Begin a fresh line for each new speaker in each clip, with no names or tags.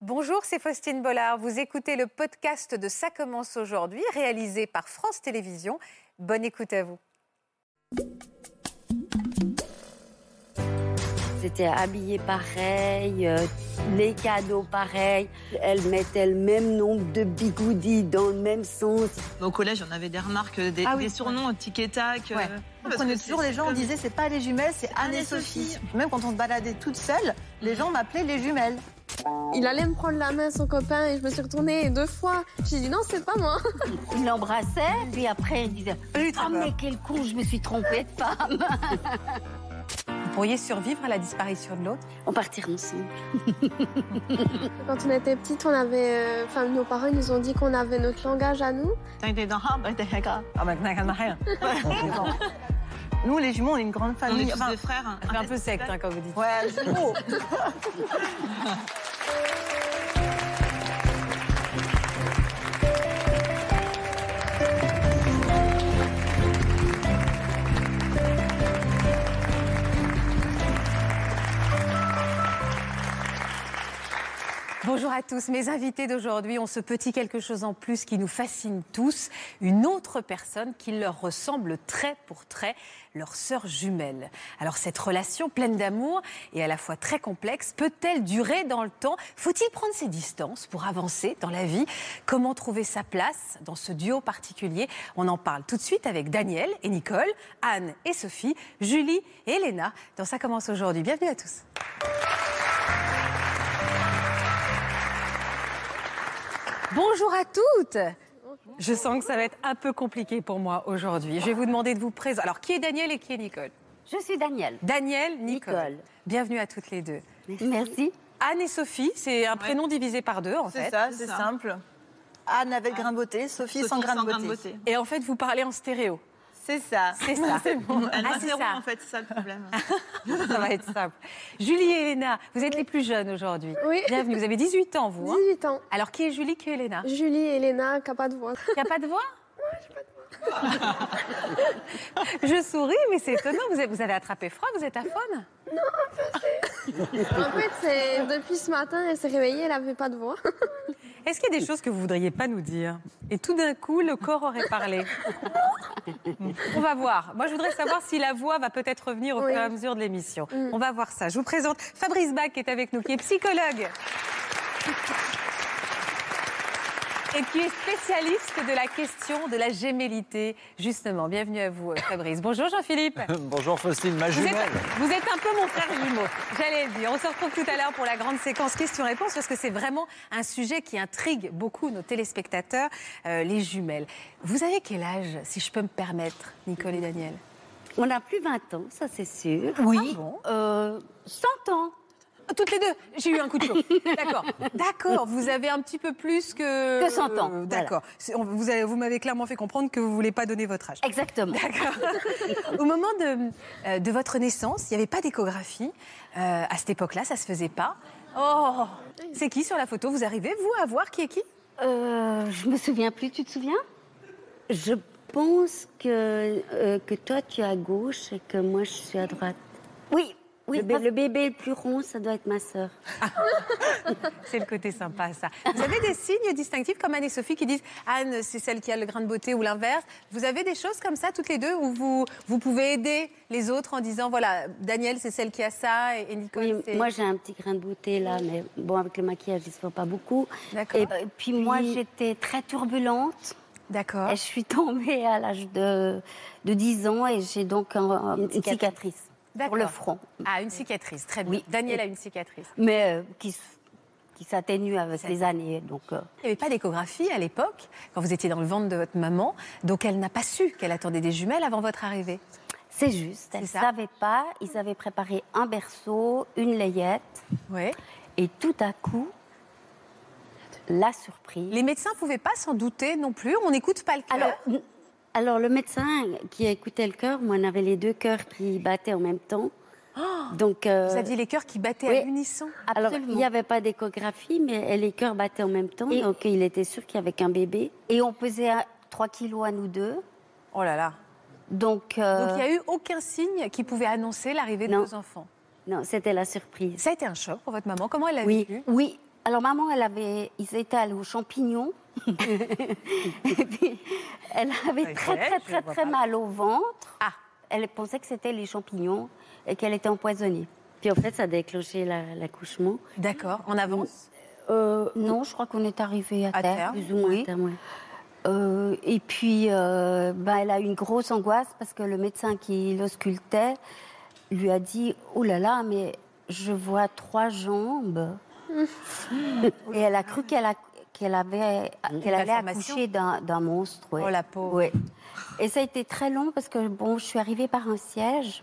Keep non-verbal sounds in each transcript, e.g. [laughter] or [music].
Bonjour, c'est Faustine Bollard. Vous écoutez le podcast de Ça commence aujourd'hui, réalisé par France Télévisions. Bonne écoute à vous.
C'était habillé pareil, euh, les cadeaux pareils. Elle mettait le même nombre de bigoudis dans le même sens.
Au collège, on avait des remarques, des,
Ah oui,
des surnoms, tic et tac.
Ouais.
euh,
On
parce
prenait
que
toujours
c'est-
les gens, on
comme-
disait c'est pas les jumelles, c'est
Anne
Anne
et
et Sophie. Même quand on se baladait toute seule, les gens m'appelaient les jumelles.
Il allait me prendre la main, son copain, et je me suis retournée deux fois. J'ai dit non, c'est pas moi.
Il l'embrassait, puis après il disait
J'ai eu
« Oh
très peur.
mais quel con, je me suis trompée de femme
Vous pourriez survivre à la disparition de l'autre !»
On partira ensemble.
Quand on était petite, on avait, euh, enfin, nos parents ils nous ont dit qu'on avait notre langage à nous.
T'as été dans Ah, bah, t'as la gra- Ah, bah, t'as la rien. Nous, les jumeaux, on est une grande
On est
[laughs] famille.
tous
Enfin,
des frères. hein.
Ça fait un peu secte hein, quand vous dites.
ouais, jumeaux.
[laughs]
Bonjour à tous, mes invités d'aujourd'hui ont ce petit quelque chose en plus qui nous fascine tous, une autre personne qui leur ressemble trait pour trait, leur sœur jumelle. Alors cette relation pleine d'amour et à la fois très complexe peut-elle durer dans le temps Faut-il prendre ses distances pour avancer dans la vie Comment trouver sa place dans ce duo particulier On en parle tout de suite avec Daniel et Nicole, Anne et Sophie, Julie et Elena dans Ça commence aujourd'hui. Bienvenue à tous. Bonjour à toutes Je sens que ça va être un peu compliqué pour moi aujourd'hui. Je vais vous demander de vous présenter. Alors, qui est Daniel et qui est Nicole
Je suis Daniel.
Daniel, Nicole.
Nicole.
Bienvenue à toutes les deux.
Merci.
Anne et Sophie, c'est un prénom divisé par deux en
C'est
fait.
ça,
c'est
c'est
ça. Ah.
simple. Anne avec grain de beauté, Sophie,
Sophie
sans grain de beauté.
Et en fait, vous parlez en stéréo.
[laughs]
C'est ça.
C'est ça.
Elle
Ah, c'est
m'interrompt,
ça.
en fait, c'est ça le problème.
ça va être simple. Julie et Elena, vous êtes les plus jeunes aujourd'hui.
Oui.
Bienvenue, vous avez 18 ans, vous. hein
18 ans.
Alors, qui est Julie, qui est Elena
[laughs] Julie et Elena, qui a pas
[laughs]
de voix.
Il n'y a pas de voix [laughs] Je souris, mais c'est étonnant. Vous avez, vous avez attrapé froid, vous êtes à faune
En fait, c'est depuis ce matin, elle s'est réveillée, elle avait pas de voix.
Est-ce qu'il y a des choses que vous voudriez pas nous dire Et tout d'un coup, le corps aurait parlé. On va voir. Moi, je voudrais savoir si la voix va peut-être revenir au
Oui.
fur et à mesure de l'émission. On va voir ça. Je vous présente Fabrice Bach qui est avec nous, qui est psychologue. Et qui est spécialiste de la question de la gémellité, justement. Bienvenue à vous, Fabrice. Bonjour, Jean-Philippe.
[laughs] Bonjour Faustine, ma
Vous êtes,
jumelle.
vous êtes un peu mon frère jumeau, j'allais le dire. On se retrouve tout à l'heure pour la grande séquence questions-réponses parce que c'est vraiment un sujet qui intrigue beaucoup nos téléspectateurs, euh, les jumelles. Vous avez quel âge, si je peux me permettre, Nicole et Daniel
On n'a plus 20 ans, ça c'est sûr.
Oui. Ah bon
Euh, 100 ans.
Ah, Toutes les deux, j'ai eu un coup de chaud. D'accord, d'accord. Vous avez un petit peu plus que...
Que 100 ans,
Euh, D'accord. C'est- on- Vous, avez- vous m'avez clairement fait comprendre que vous voulez pas donner votre âge.
Exactement.
Au moment de, euh, de votre naissance, il n'y avait pas d'échographie. Euh, à cette époque-là, ça se faisait pas. Oh C'est qui sur la photo Vous arrivez, vous, à voir qui est qui
Euh, je me souviens plus, tu te souviens Je pense que, euh, que toi tu es à gauche et que moi je suis à droite. Oui, oui. Le, bé- le bébé le plus rond, ça doit être ma sœur.
C'est le côté sympa, ça. Vous avez des signes distinctifs, comme Anne et Sophie, qui disent « Anne, c'est celle qui a le grain de beauté » ou l'inverse. Vous avez des choses comme ça, toutes les deux, où vous, vous pouvez aider les autres en disant « Voilà, Daniel, c'est celle qui a ça, et, et
Oui,
Nicole, c'est...
moi j'ai un petit grain de beauté là, mais bon, avec le maquillage, il se voit pas beaucoup.
D'accord.
Et, euh, puis Ah. moi j'étais très turbulente.
D'accord.
Et je suis tombée à l'âge de, de 10 ans et j'ai donc un- une cicatrice sur
D'accord.
le front.
Ah, une cicatrice, très bien.
Oui.
Daniel a une cicatrice.
Mais euh, qui, s- qui s'atténue avec
Ça-
les années. Donc, euh,
Il n'y avait pas d'échographie à l'époque, quand vous étiez dans le ventre de votre maman, donc elle n'a pas su qu'elle attendait des jumelles avant votre arrivée.
C'est juste, elles ne
C'est ça.
savaient pas. Ils avaient préparé un berceau, une layette,
Oui.
et tout à coup, la surprise.
Les médecins ne pouvaient pas s'en douter non plus, on n'écoute pas le cœur.
Alors, n- alors, le médecin qui écoutait le cœur, moi, on avait les deux cœurs qui battaient en même temps. Donc, euh,
Oh vous aviez les cœurs qui battaient à
oui.
l'unisson.
alors, il n'y avait pas d'échographie, mais les cœurs battaient en même temps. Donc, il était sûr qu'il y avait qu'un bébé. Et on pesait à 3 kilos à nous deux.
Oh là là.
Donc,
Donc
euh,
il n'y a eu aucun signe qui pouvait annoncer l'arrivée de
Non.
vos enfants.
non, c'était la surprise.
Ça a été un choc pour votre maman, comment elle l'a
Oui,
vécu
oui.
alors maman, elle avait, ils étaient allés aux champignons. Et puis, elle
Ça
avait
y
très
est,
très
je
très
vois
très
pas.
mal au ventre.
Ah.
Elle pensait que c'était les champignons et qu'elle était empoisonnée. Puis en fait, ça a déclenché la- l'accouchement.
D'accord, on avance.
Euh, non, je crois qu'on est arrivé à,
À
terre,
terme,
plus ou moins.
oui.
À terme, ouais. Euh, et puis, euh, bah, elle a eu une grosse angoisse parce que le médecin qui l'auscultait lui a dit Oh là là, mais je vois trois [laughs] jambes. et elle a cru qu'elle a- qu'elle avait qu'elle allait
Malformation.
accoucher d'un d'un monstre. ouais.
Oh la pauvre.
Ouais. Et ça a été très long parce que bon, je suis arrivée par un siège.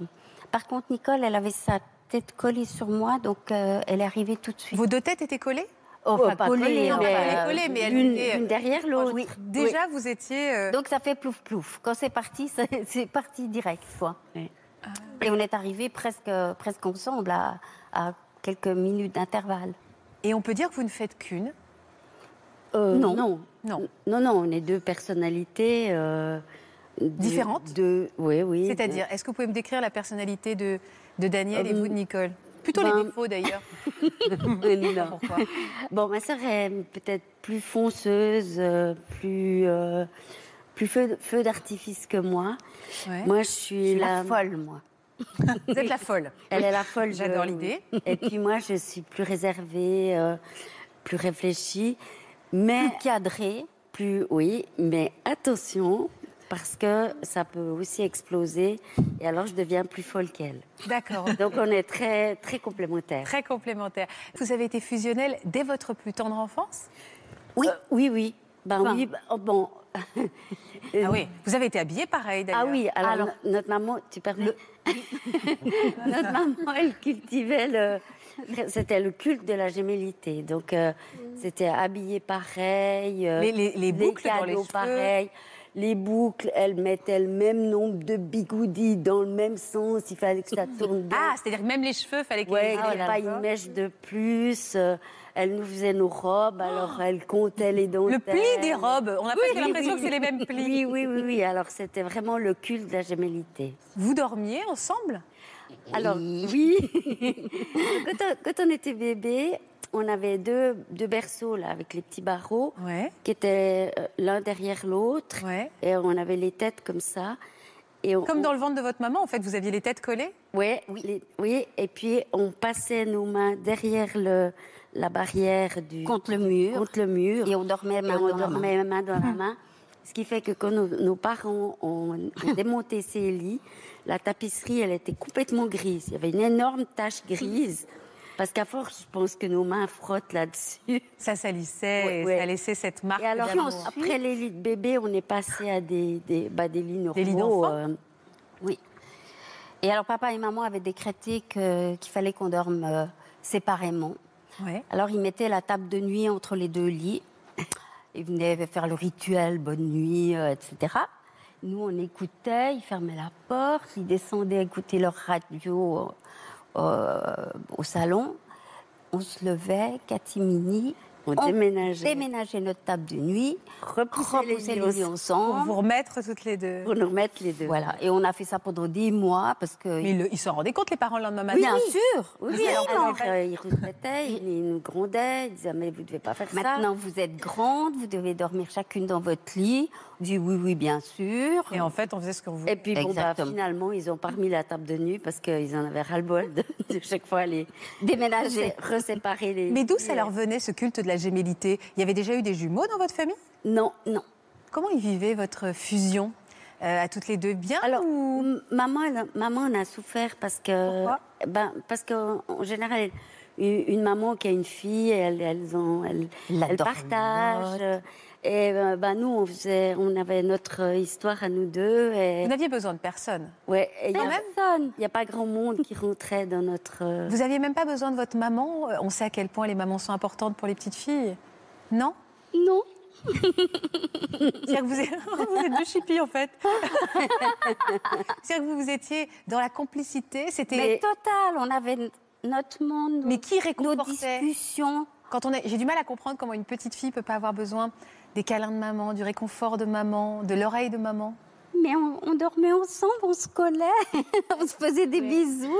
Par contre, Nicole, elle avait sa tête collée sur moi, donc euh, elle est arrivée tout de suite.
Vos deux têtes étaient collées
Enfin,
pas
collée,
collée,
non,
Oh, mais,
pas collée,
euh,
collée, mais elle
l'une-
était-
l'une derrière l'autre.
Oui. Déjà, vous étiez. euh,
Oui. Donc ça fait plouf plouf. Quand c'est parti, [laughs] c'est c'est parti direct, quoi. Et on est arrivé presque, presque ensemble à, à quelques minutes d'intervalle.
Et on peut dire que vous ne faites qu'une.
Euh,
Non.
non.
Non.
Non, non, on est deux personnalités euh, de-
Différentes
de- Oui, oui.
C'est-à-dire, est-ce que vous pouvez me décrire la personnalité de, de Daniel et
Euh,
vous de Nicole Plutôt les
ben-
défauts
[laughs]
d'ailleurs.
Euh, non.
Pourquoi
Bon, ma sœur est peut-être plus fonceuse, euh, plus, euh, plus feu, feu d'artifice que moi.
Ouais.
Moi, je suis,
Je suis la folle, moi.
Vous êtes la folle.
Elle est la folle. de-
J'adore l'idée.
Et puis moi, je suis plus réservée, euh, plus réfléchie, mais
Plus cadrée.
plus oui, mais attention parce que ça peut aussi exploser et alors je deviens plus folle qu'elle.
D'accord.
Donc on est très très complémentaires.
Très complémentaire. Vous avez été fusionnelle dès votre plus tendre enfance
Oui, Euh, oui, oui. Ben
Enfin.
oui, ben, oh, bon.
Ah oui. Vous avez été habillée pareil d'ailleurs.
Ah oui, alors,
Alors-
no- notre maman, tu permets [laughs] Notre maman, elle cultivait le. C'était le culte de la gémellité. Donc, euh, c'était habillé pareil. euh,
Les, les- les boucles dans les
cadeaux
cheveux.
pareils. Les boucles, elle mettait le même nombre de bigoudis dans le même sens. Il
[laughs]
fallait que ça tourne bien.
Ah, c'est-à-dire que même les cheveux, fallait qu'ils
Ouais,
Ah,
qu'il n'y
voilà.
ait pas une mèche de plus. Euh, Elle nous faisait nos robes, alors
Oh!
elle comptait les
Le
dentelles.
pli des robes. On a presque
oui,
l'impression
oui.
que c'est les mêmes plis.
Oui, oui, oui, oui. Alors c'était vraiment le culte de la gémellité.
Vous dormiez ensemble
Alors oui. [laughs] quand, on, quand on était bébé, on avait deux, deux berceaux là avec les petits barreaux
Ouais.
qui étaient euh, l'un derrière l'autre
Ouais.
et on avait les têtes comme ça. Et on,
Comme dans le ventre de votre maman, en fait, vous aviez les têtes collées
Ouais, oui. oui, et puis on passait nos mains derrière le, la barrière du
Contre le mur.
contre le mur
Et on dormait
et
main
on
dans la main. Hum.
dormait main dans la main. Ce qui fait que quand nos, nos parents ont,
Hum.
ont démonté ces lits, la tapisserie, elle était complètement grise. Il y avait une énorme tache grise.
Hum.
Parce qu'à force, je pense que nos mains frottent là-dessus.
Ça salissait
Ouais,
et
ouais.
ça laissait cette marque.
Et alors,
d'amour.
après les lits de bébé, on est passé à des, des, bah, des lits normaux.
Des lits d'enfants
euh,
Oui. Et alors papa et maman avaient décrété que- qu'il fallait qu'on dorme euh, séparément.
Ouais.
Alors ils mettaient la table de nuit entre les deux lits. Ils venaient faire le rituel, bonne nuit, euh, etc. Nous, on écoutait, ils fermaient la porte, ils descendaient écouter leur radio euh, au salon. On se levait, catimini,
on,
On
déménageait.
déménageait notre table de nuit,
Repoussait les
remplissait
lits
les lits
ensemble
Pour
ensemble.
vous remettre toutes les deux.
pour nous remettre les deux.
Voilà, et on a fait ça pendant des mois parce que...
Mais le- ils s'en rendaient compte, les parents, le lendemain matin.
bien sûr
Oui,
Bien
alors,
sûr.
alors, euh, ils regrettaient, ils, ils nous grondaient, ils disaient, mais vous ne devez pas faire ça.
Maintenant, vous êtes grande, vous devez dormir chacune dans votre lit. On dit oui, oui, bien sûr.
Et en fait, on faisait ce qu'on voulait.
Et puis, bon, bah,
Exactement.
finalement, ils ont pas remis la table de nuit parce qu'ils en avaient ras-le-bol de, de chaque fois les
Déménager.
reséparer les.
Mais d'où ça leur venait ce culte de la gémellité Il y avait déjà eu des jumeaux dans votre famille
Non, non.
Comment ils vivaient votre fusion euh, à toutes les deux bien
Alors,
ou-
m- maman, elle a- maman, on a souffert parce que.
Pourquoi
ben, parce qu'en en général, une, une maman qui a une fille, elle, elles ont, elle,
La
elle partage. euh, Et euh, ben, nous, on faisait, on avait notre euh, histoire à nous deux. Et,
Vous n'aviez besoin de personne.
ouais, et il y a-
Personne.
il n'y a pas grand monde qui rentrait dans notre. euh,
Vous n'aviez même pas besoin de votre maman. Euh, On sait à quel point les mamans sont importantes pour les petites filles. Non
Non.
C'est-à-dire que vous êtes, [laughs] vous êtes deux chippies, en fait. [laughs] C'est-à-dire que vous, vous étiez dans la complicité.
Mais
C'était.
total, on avait n- notre monde,
Mais qui
nos
réconfortait
discussions.
Quand on est, j'ai du mal à comprendre comment une petite fille peut pas avoir besoin des câlins de maman, du réconfort de maman, de l'oreille de maman.
Mais on,
[laughs]
on dormait ensemble, on se collait, on se faisait des bisous.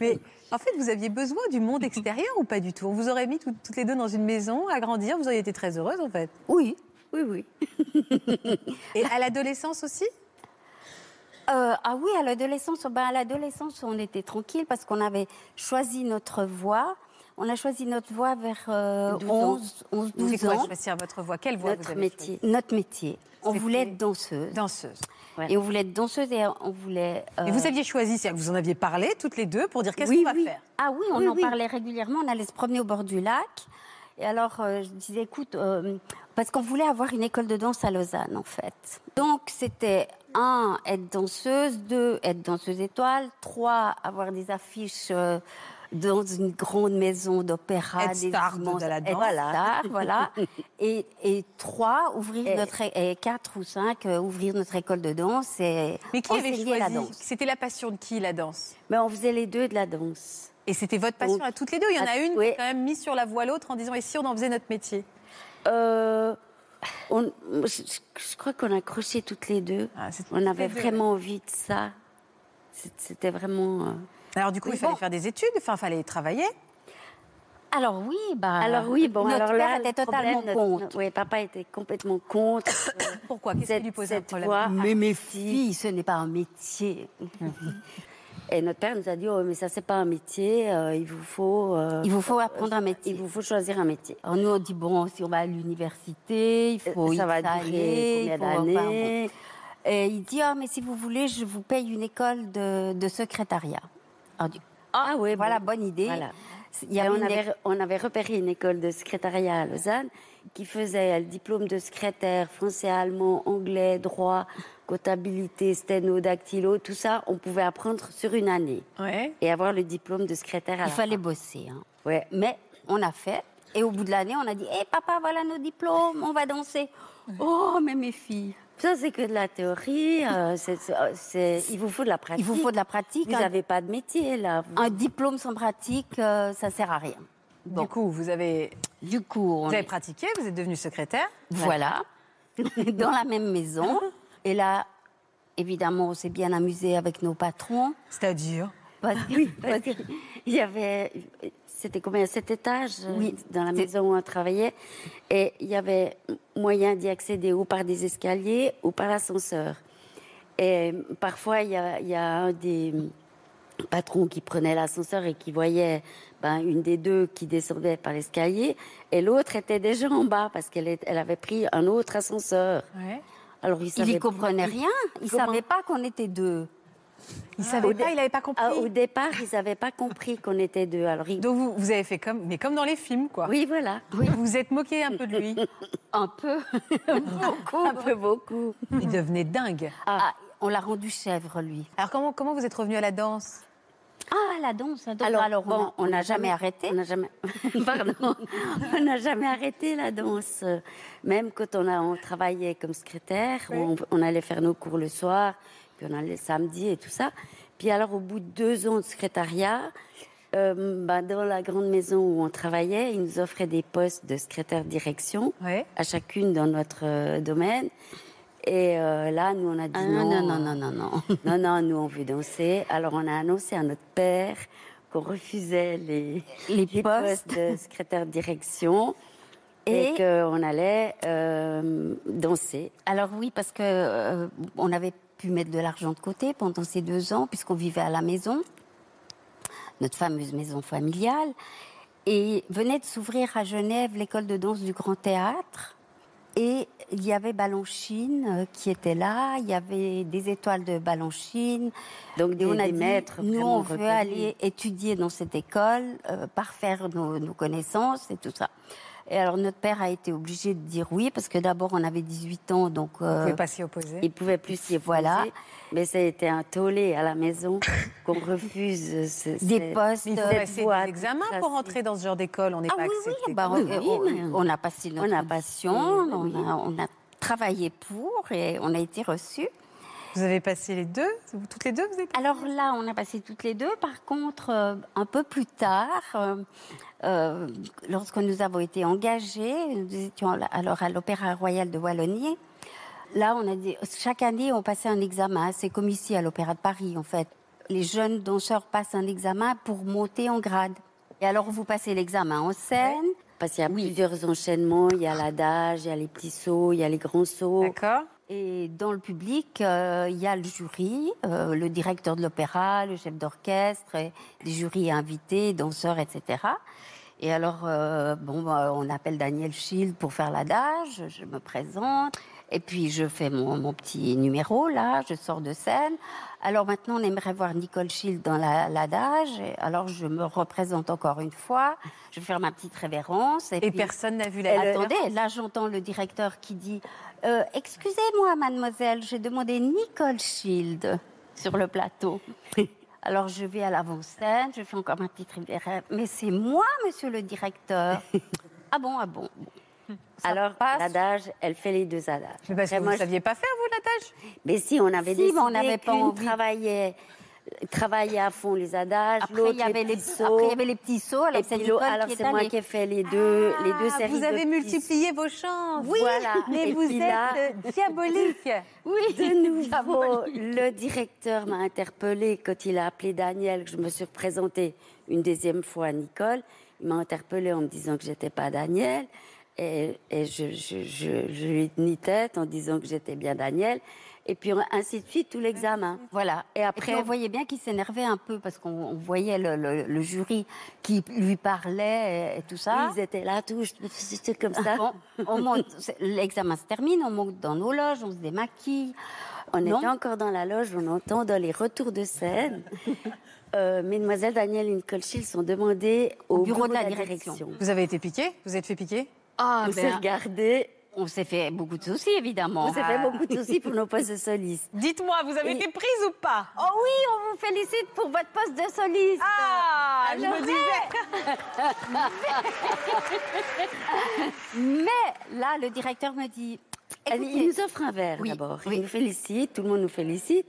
Mais En fait, vous aviez besoin du monde extérieur ou pas du tout On vous aurait mis tout- toutes les deux dans une maison, à grandir, vous auriez été très heureuse en fait.
Oui, oui, [laughs] oui.
Et à l'adolescence aussi
Euh, ah oui, à l'adolescence, ben, à l'adolescence, on était tranquille parce qu'on avait choisi notre voie. On a choisi notre voie vers euh,
12 ans.
11, 11,
Vous
12
quoi
ans.
choisir votre voix Quelle voix vous
Notre
avez
métier. Notre métier. On
C'était-
voulait être danseuse.
choisi Danseuse.
Et on voulait être danseuse et on voulait. euh,
Et vous aviez choisi, c'est-à-dire que vous en aviez parlé toutes les deux pour dire qu'est-ce
oui,
qu'on va
oui.
faire
Ah oui, on
Oui,
en
oui.
parlait régulièrement. On allait se promener au bord du lac. Et alors, euh, je disais, écoute, euh, parce qu'on voulait avoir une école de danse à Lausanne, en fait. Donc, c'était un, être danseuse, deux, être danseuse étoile, trois, avoir des affiches euh, dans une grande maison d'opéra,
Être
des
star de-
immenses-
de la
être
danse.
star,
[laughs]
voilà. Et, et trois, ouvrir notre é- et quatre ou cinq, euh, ouvrir notre école de danse et
Mais qui avait
enseigner la
choisi
danse.
C'était la passion de qui la danse
Mais on faisait les deux de la danse.
Et c'était votre passion
Donc,
à toutes les deux. Il y en a
à-
une qui
Ah, oui.
a quand même mis sur la voie l'autre en disant et si on en faisait notre métier
Euh, on- je, je- je crois qu'on a accroché toutes les deux.
Ah, c'est-
On avait
les deux,
vraiment envie de ça. C'est- C'était vraiment. euh,
Alors du coup,
Oui,
il fallait
bon.
faire des études, enfin, il fallait travailler.
Alors oui, bah.
Alors oui, bon,
notre
alors
père
là, le
était
problème,
totalement
notre-
contre.
notre- Oui, papa était complètement
[coughs]
contre. euh,
Pourquoi Qu'est-ce qui
cette-
lui posait un
cette
problème
voie
Mais mes
artistique.
filles, ce n'est pas un métier.
[laughs] Et notre père nous a dit, oh, mais ça c'est pas un métier. euh, il vous faut. euh,
Il vous faut apprendre un métier.
il vous faut choisir un métier.
Alors nous, on dit, bon, si on va à l'université, il faut
Euh,
y
ça va
aller,
durer combien
il faut avoir-
d'années
Et il dit, ah, mais si vous voulez, je vous paye une école de, de secrétariat. Alors, du-
Ah oui, bon.
voilà, bonne idée.
Voilà.
Il y
Et
avait
on,
une
avait, on avait repéré une école de secrétariat à Lausanne qui faisait le diplôme de secrétaire français, allemand, anglais, droit, comptabilité, sténo, dactylo, tout ça, on pouvait apprendre sur une année
Ouais.
et avoir le diplôme de secrétaire. À
Il
la
fallait
fin.
bosser. hein.
Ouais.
Mais on a fait. Et au bout de l'année, on a dit Hé papa, voilà nos diplômes, on va danser. Oh, mais mes filles.
Ça, c'est que de la théorie. euh, c'est- c'est- euh, c'est- il vous faut de la pratique.
Il vous faut de la pratique.
Vous
Un,
n'avez pas de métier, là. Vous-
un diplôme sans pratique, euh, ça sert à rien. Bon.
Du coup, vous avez,
Du coup, on
vous avez
est-
pratiqué, vous êtes devenue secrétaire.
voilà, [laughs] dans la même maison. Et là, évidemment, on s'est bien amusé avec nos patrons.
C'est-à-dire
Parce que-
[laughs] Parce que il y avait, c'était combien Sept étages euh,
Oui.
dans la
C'est-
maison où on travaillait. Et il y avait moyen d'y accéder ou par des escaliers ou par l'ascenseur. Et parfois, il y a, il y a un des patrons qui prenait l'ascenseur et qui voyait ben, une des deux qui descendait par l'escalier. Et l'autre était déjà en bas parce qu'elle est- elle avait pris un autre ascenseur.
ouais.
Alors, il
il
savait
n'y comprenait rien. Il ne
Comment
savait pas qu'on était deux.
Il savait
Ah, au
pas,
dé-
il n'avait pas compris.
Ah, au départ, ils n'avaient pas compris qu'on était deux. Alors, ils-
Donc vous, vous avez fait comme, mais comme dans les films, quoi.
Oui, voilà.
Vous vous êtes moqué un peu de
[laughs]
lui.
Un peu.
Un peu [laughs] beaucoup.
Il devenait dingue.
Ah, on l'a rendu chèvre, lui.
Alors comment, comment vous êtes revenu à la danse
Ah, la danse. la danse.
Alors,
Alors,
bon,
on n'a jamais arrêté.
On n'a [laughs] jamais, pardon, on n'a jamais arrêté la danse. Même quand on, a, on travaillait comme secrétaire, on, on allait faire nos cours le soir, puis on allait le samedi et tout ça. Puis alors, au bout de deux ans de secrétariat, euh, ben, dans la grande maison où on travaillait, ils nous offraient des postes de secrétaire direction
Ouais.
à chacune dans notre euh, domaine. Et euh, là, nous, on a dit
Ah, non, non, non, non, non, non.
[laughs] non, non, nous on veut danser. Alors on a annoncé à notre père qu'on refusait les,
Les
les
postes.
postes de secrétaire de direction et,
Et-
qu'on allait euh, danser.
Alors oui, parce que euh, on avait pu mettre de l'argent de côté pendant ces deux ans, puisqu'on vivait à la maison, notre fameuse maison familiale, et venait de s'ouvrir à Genève l'école de danse du Grand Théâtre. Et il y avait Balanchine euh, qui était là, il y avait des étoiles de Balanchine.
Donc
Et
des,
on a
des
dit,
maîtres.
nous,
vraiment
on veut
reconnus.
aller étudier dans cette école, euh, parfaire nos, nos connaissances et tout ça. Et alors, notre père a été obligé de dire oui, parce que d'abord, on avait 18 ans, donc...
Vous
euh,
pouvez pas s'y opposer.
Ils pouvaient plus s'y
Voilà.
opposer. Mais ça a été un tollé à la
[laughs]
maison qu'on refuse. ce- ce-
des postes.
Il faut
euh,
cette
passer
voie
des examens pour
tracée.
rentrer dans ce genre d'école. On n'est
ah
pas
oui, oui,
accepté.
bah,
Oui,
on,
oui, mais-
on- on a passé notre
On a
audition,
passé,
on, a, on a travaillé pour et on a été reçus.
Vous avez passé les deux Vous- Toutes les deux, vous
Ah,
êtes
Alors là, on a passé toutes les deux. Par contre, euh, un peu plus tard, euh, euh, lorsque nous avons été engagés, nous étions à- alors à l'Opéra Royal de Wallonie. Là, on a dit, chaque année, on passait un examen. C'est comme ici à l'Opéra de Paris, en fait. les jeunes danseurs passent un examen pour monter en grade. Et alors, vous passez l'examen en scène, parce qu'il y a plusieurs enchaînements, il y a l'adage, il y a les petits sauts, il y a les grands sauts.
D'accord
Et dans le public, euh, il y a le jury, euh, le directeur de l'opéra, le chef d'orchestre, et des jurys invités, danseurs, etc. Et alors, euh, bon, bah, on appelle Daniel Schild pour faire l'adage, je me présente, et puis je fais mon, mon petit numéro, là, je sors de scène. Alors maintenant, on aimerait voir Nicole Schild dans la- l'adage, et alors je me représente encore une fois, je vais faire ma petite révérence.
Et
puis-
personne n'a vu la
elle, attendez, là j'entends le directeur qui dit Euh, Excusez-moi, mademoiselle, j'ai demandé Nicole Shield sur le
[laughs]
plateau. Alors je vais à l'avant-scène, je fais encore ma petite rivière. Mais c'est moi, monsieur le
[laughs]
directeur. ah bon, ah bon.
Alors,
passe.
l'adage, elle fait les deux adages.
Mais parce que
Après,
vous
moi,
ne
je-
saviez pas faire, vous, la tâche
Mais si, on avait
Si,
décidé
mais on n'avait pas
qu'une
envie.
travaillait, travaillait à fond les adages,
Après,
l'autre
il y avait les,
petits
après, il y
sauts.
avait les petits sauts. Alors
Et
c'est
puis
Nicole
l'autre- alors
qui est
c'est moi
allée.
qui ai fait les deux, les deux
Ah,
séries
Vous
de
avez
petits
multiplié vos chances.
Oui, [laughs] Voilà.
Mais
Et
vous
puis
êtes
là-
euh, diabolique.
[laughs] Oui,
De nouveau, le directeur m'a interpellée quand il a appelé Daniel, que je me suis représentée une deuxième fois à Nicole. Il m'a interpellée en me disant que j'étais pas Daniel. Et, et je, je- je- je lui ai tenu tête en disant que j'étais bien Daniel. Et puis ainsi de suite, tout l'examen.
Voilà. Et
Et
après,
après,
on voyait bien qu'il s'énervait un peu parce qu'on on voyait le, le- le jury qui lui parlait et, et tout ça.
Ils étaient là, tous, c'était comme ça.
Bon, [laughs] on monte, c'est- l'examen se termine, on monte dans nos loges, on se démaquille.
On
Non.
était encore dans la loge, on entend dans les retours de
[laughs]
scène, euh, Mesdemoiselles Daniel et Nicole Schill sont demandées au bureau, de la, direction.
Vous avez été piqué Vous êtes fait piquer
Ah,
Euh,
on
ben,
s'est regardé,
On s'est fait beaucoup de soucis, évidemment. Ah.
on s'est fait beaucoup de soucis pour nos postes de solistes.
Dites-moi, vous avez
Et-
été prise ou pas
Oh oui, on vous félicite pour votre poste de soliste.
Ah, je me disais.
Mais là, le directeur me dit.
Elle-
écoutez,
il nous offre un verre
Oui,
d'abord,
oui.
il nous félicite, tout le monde nous félicite.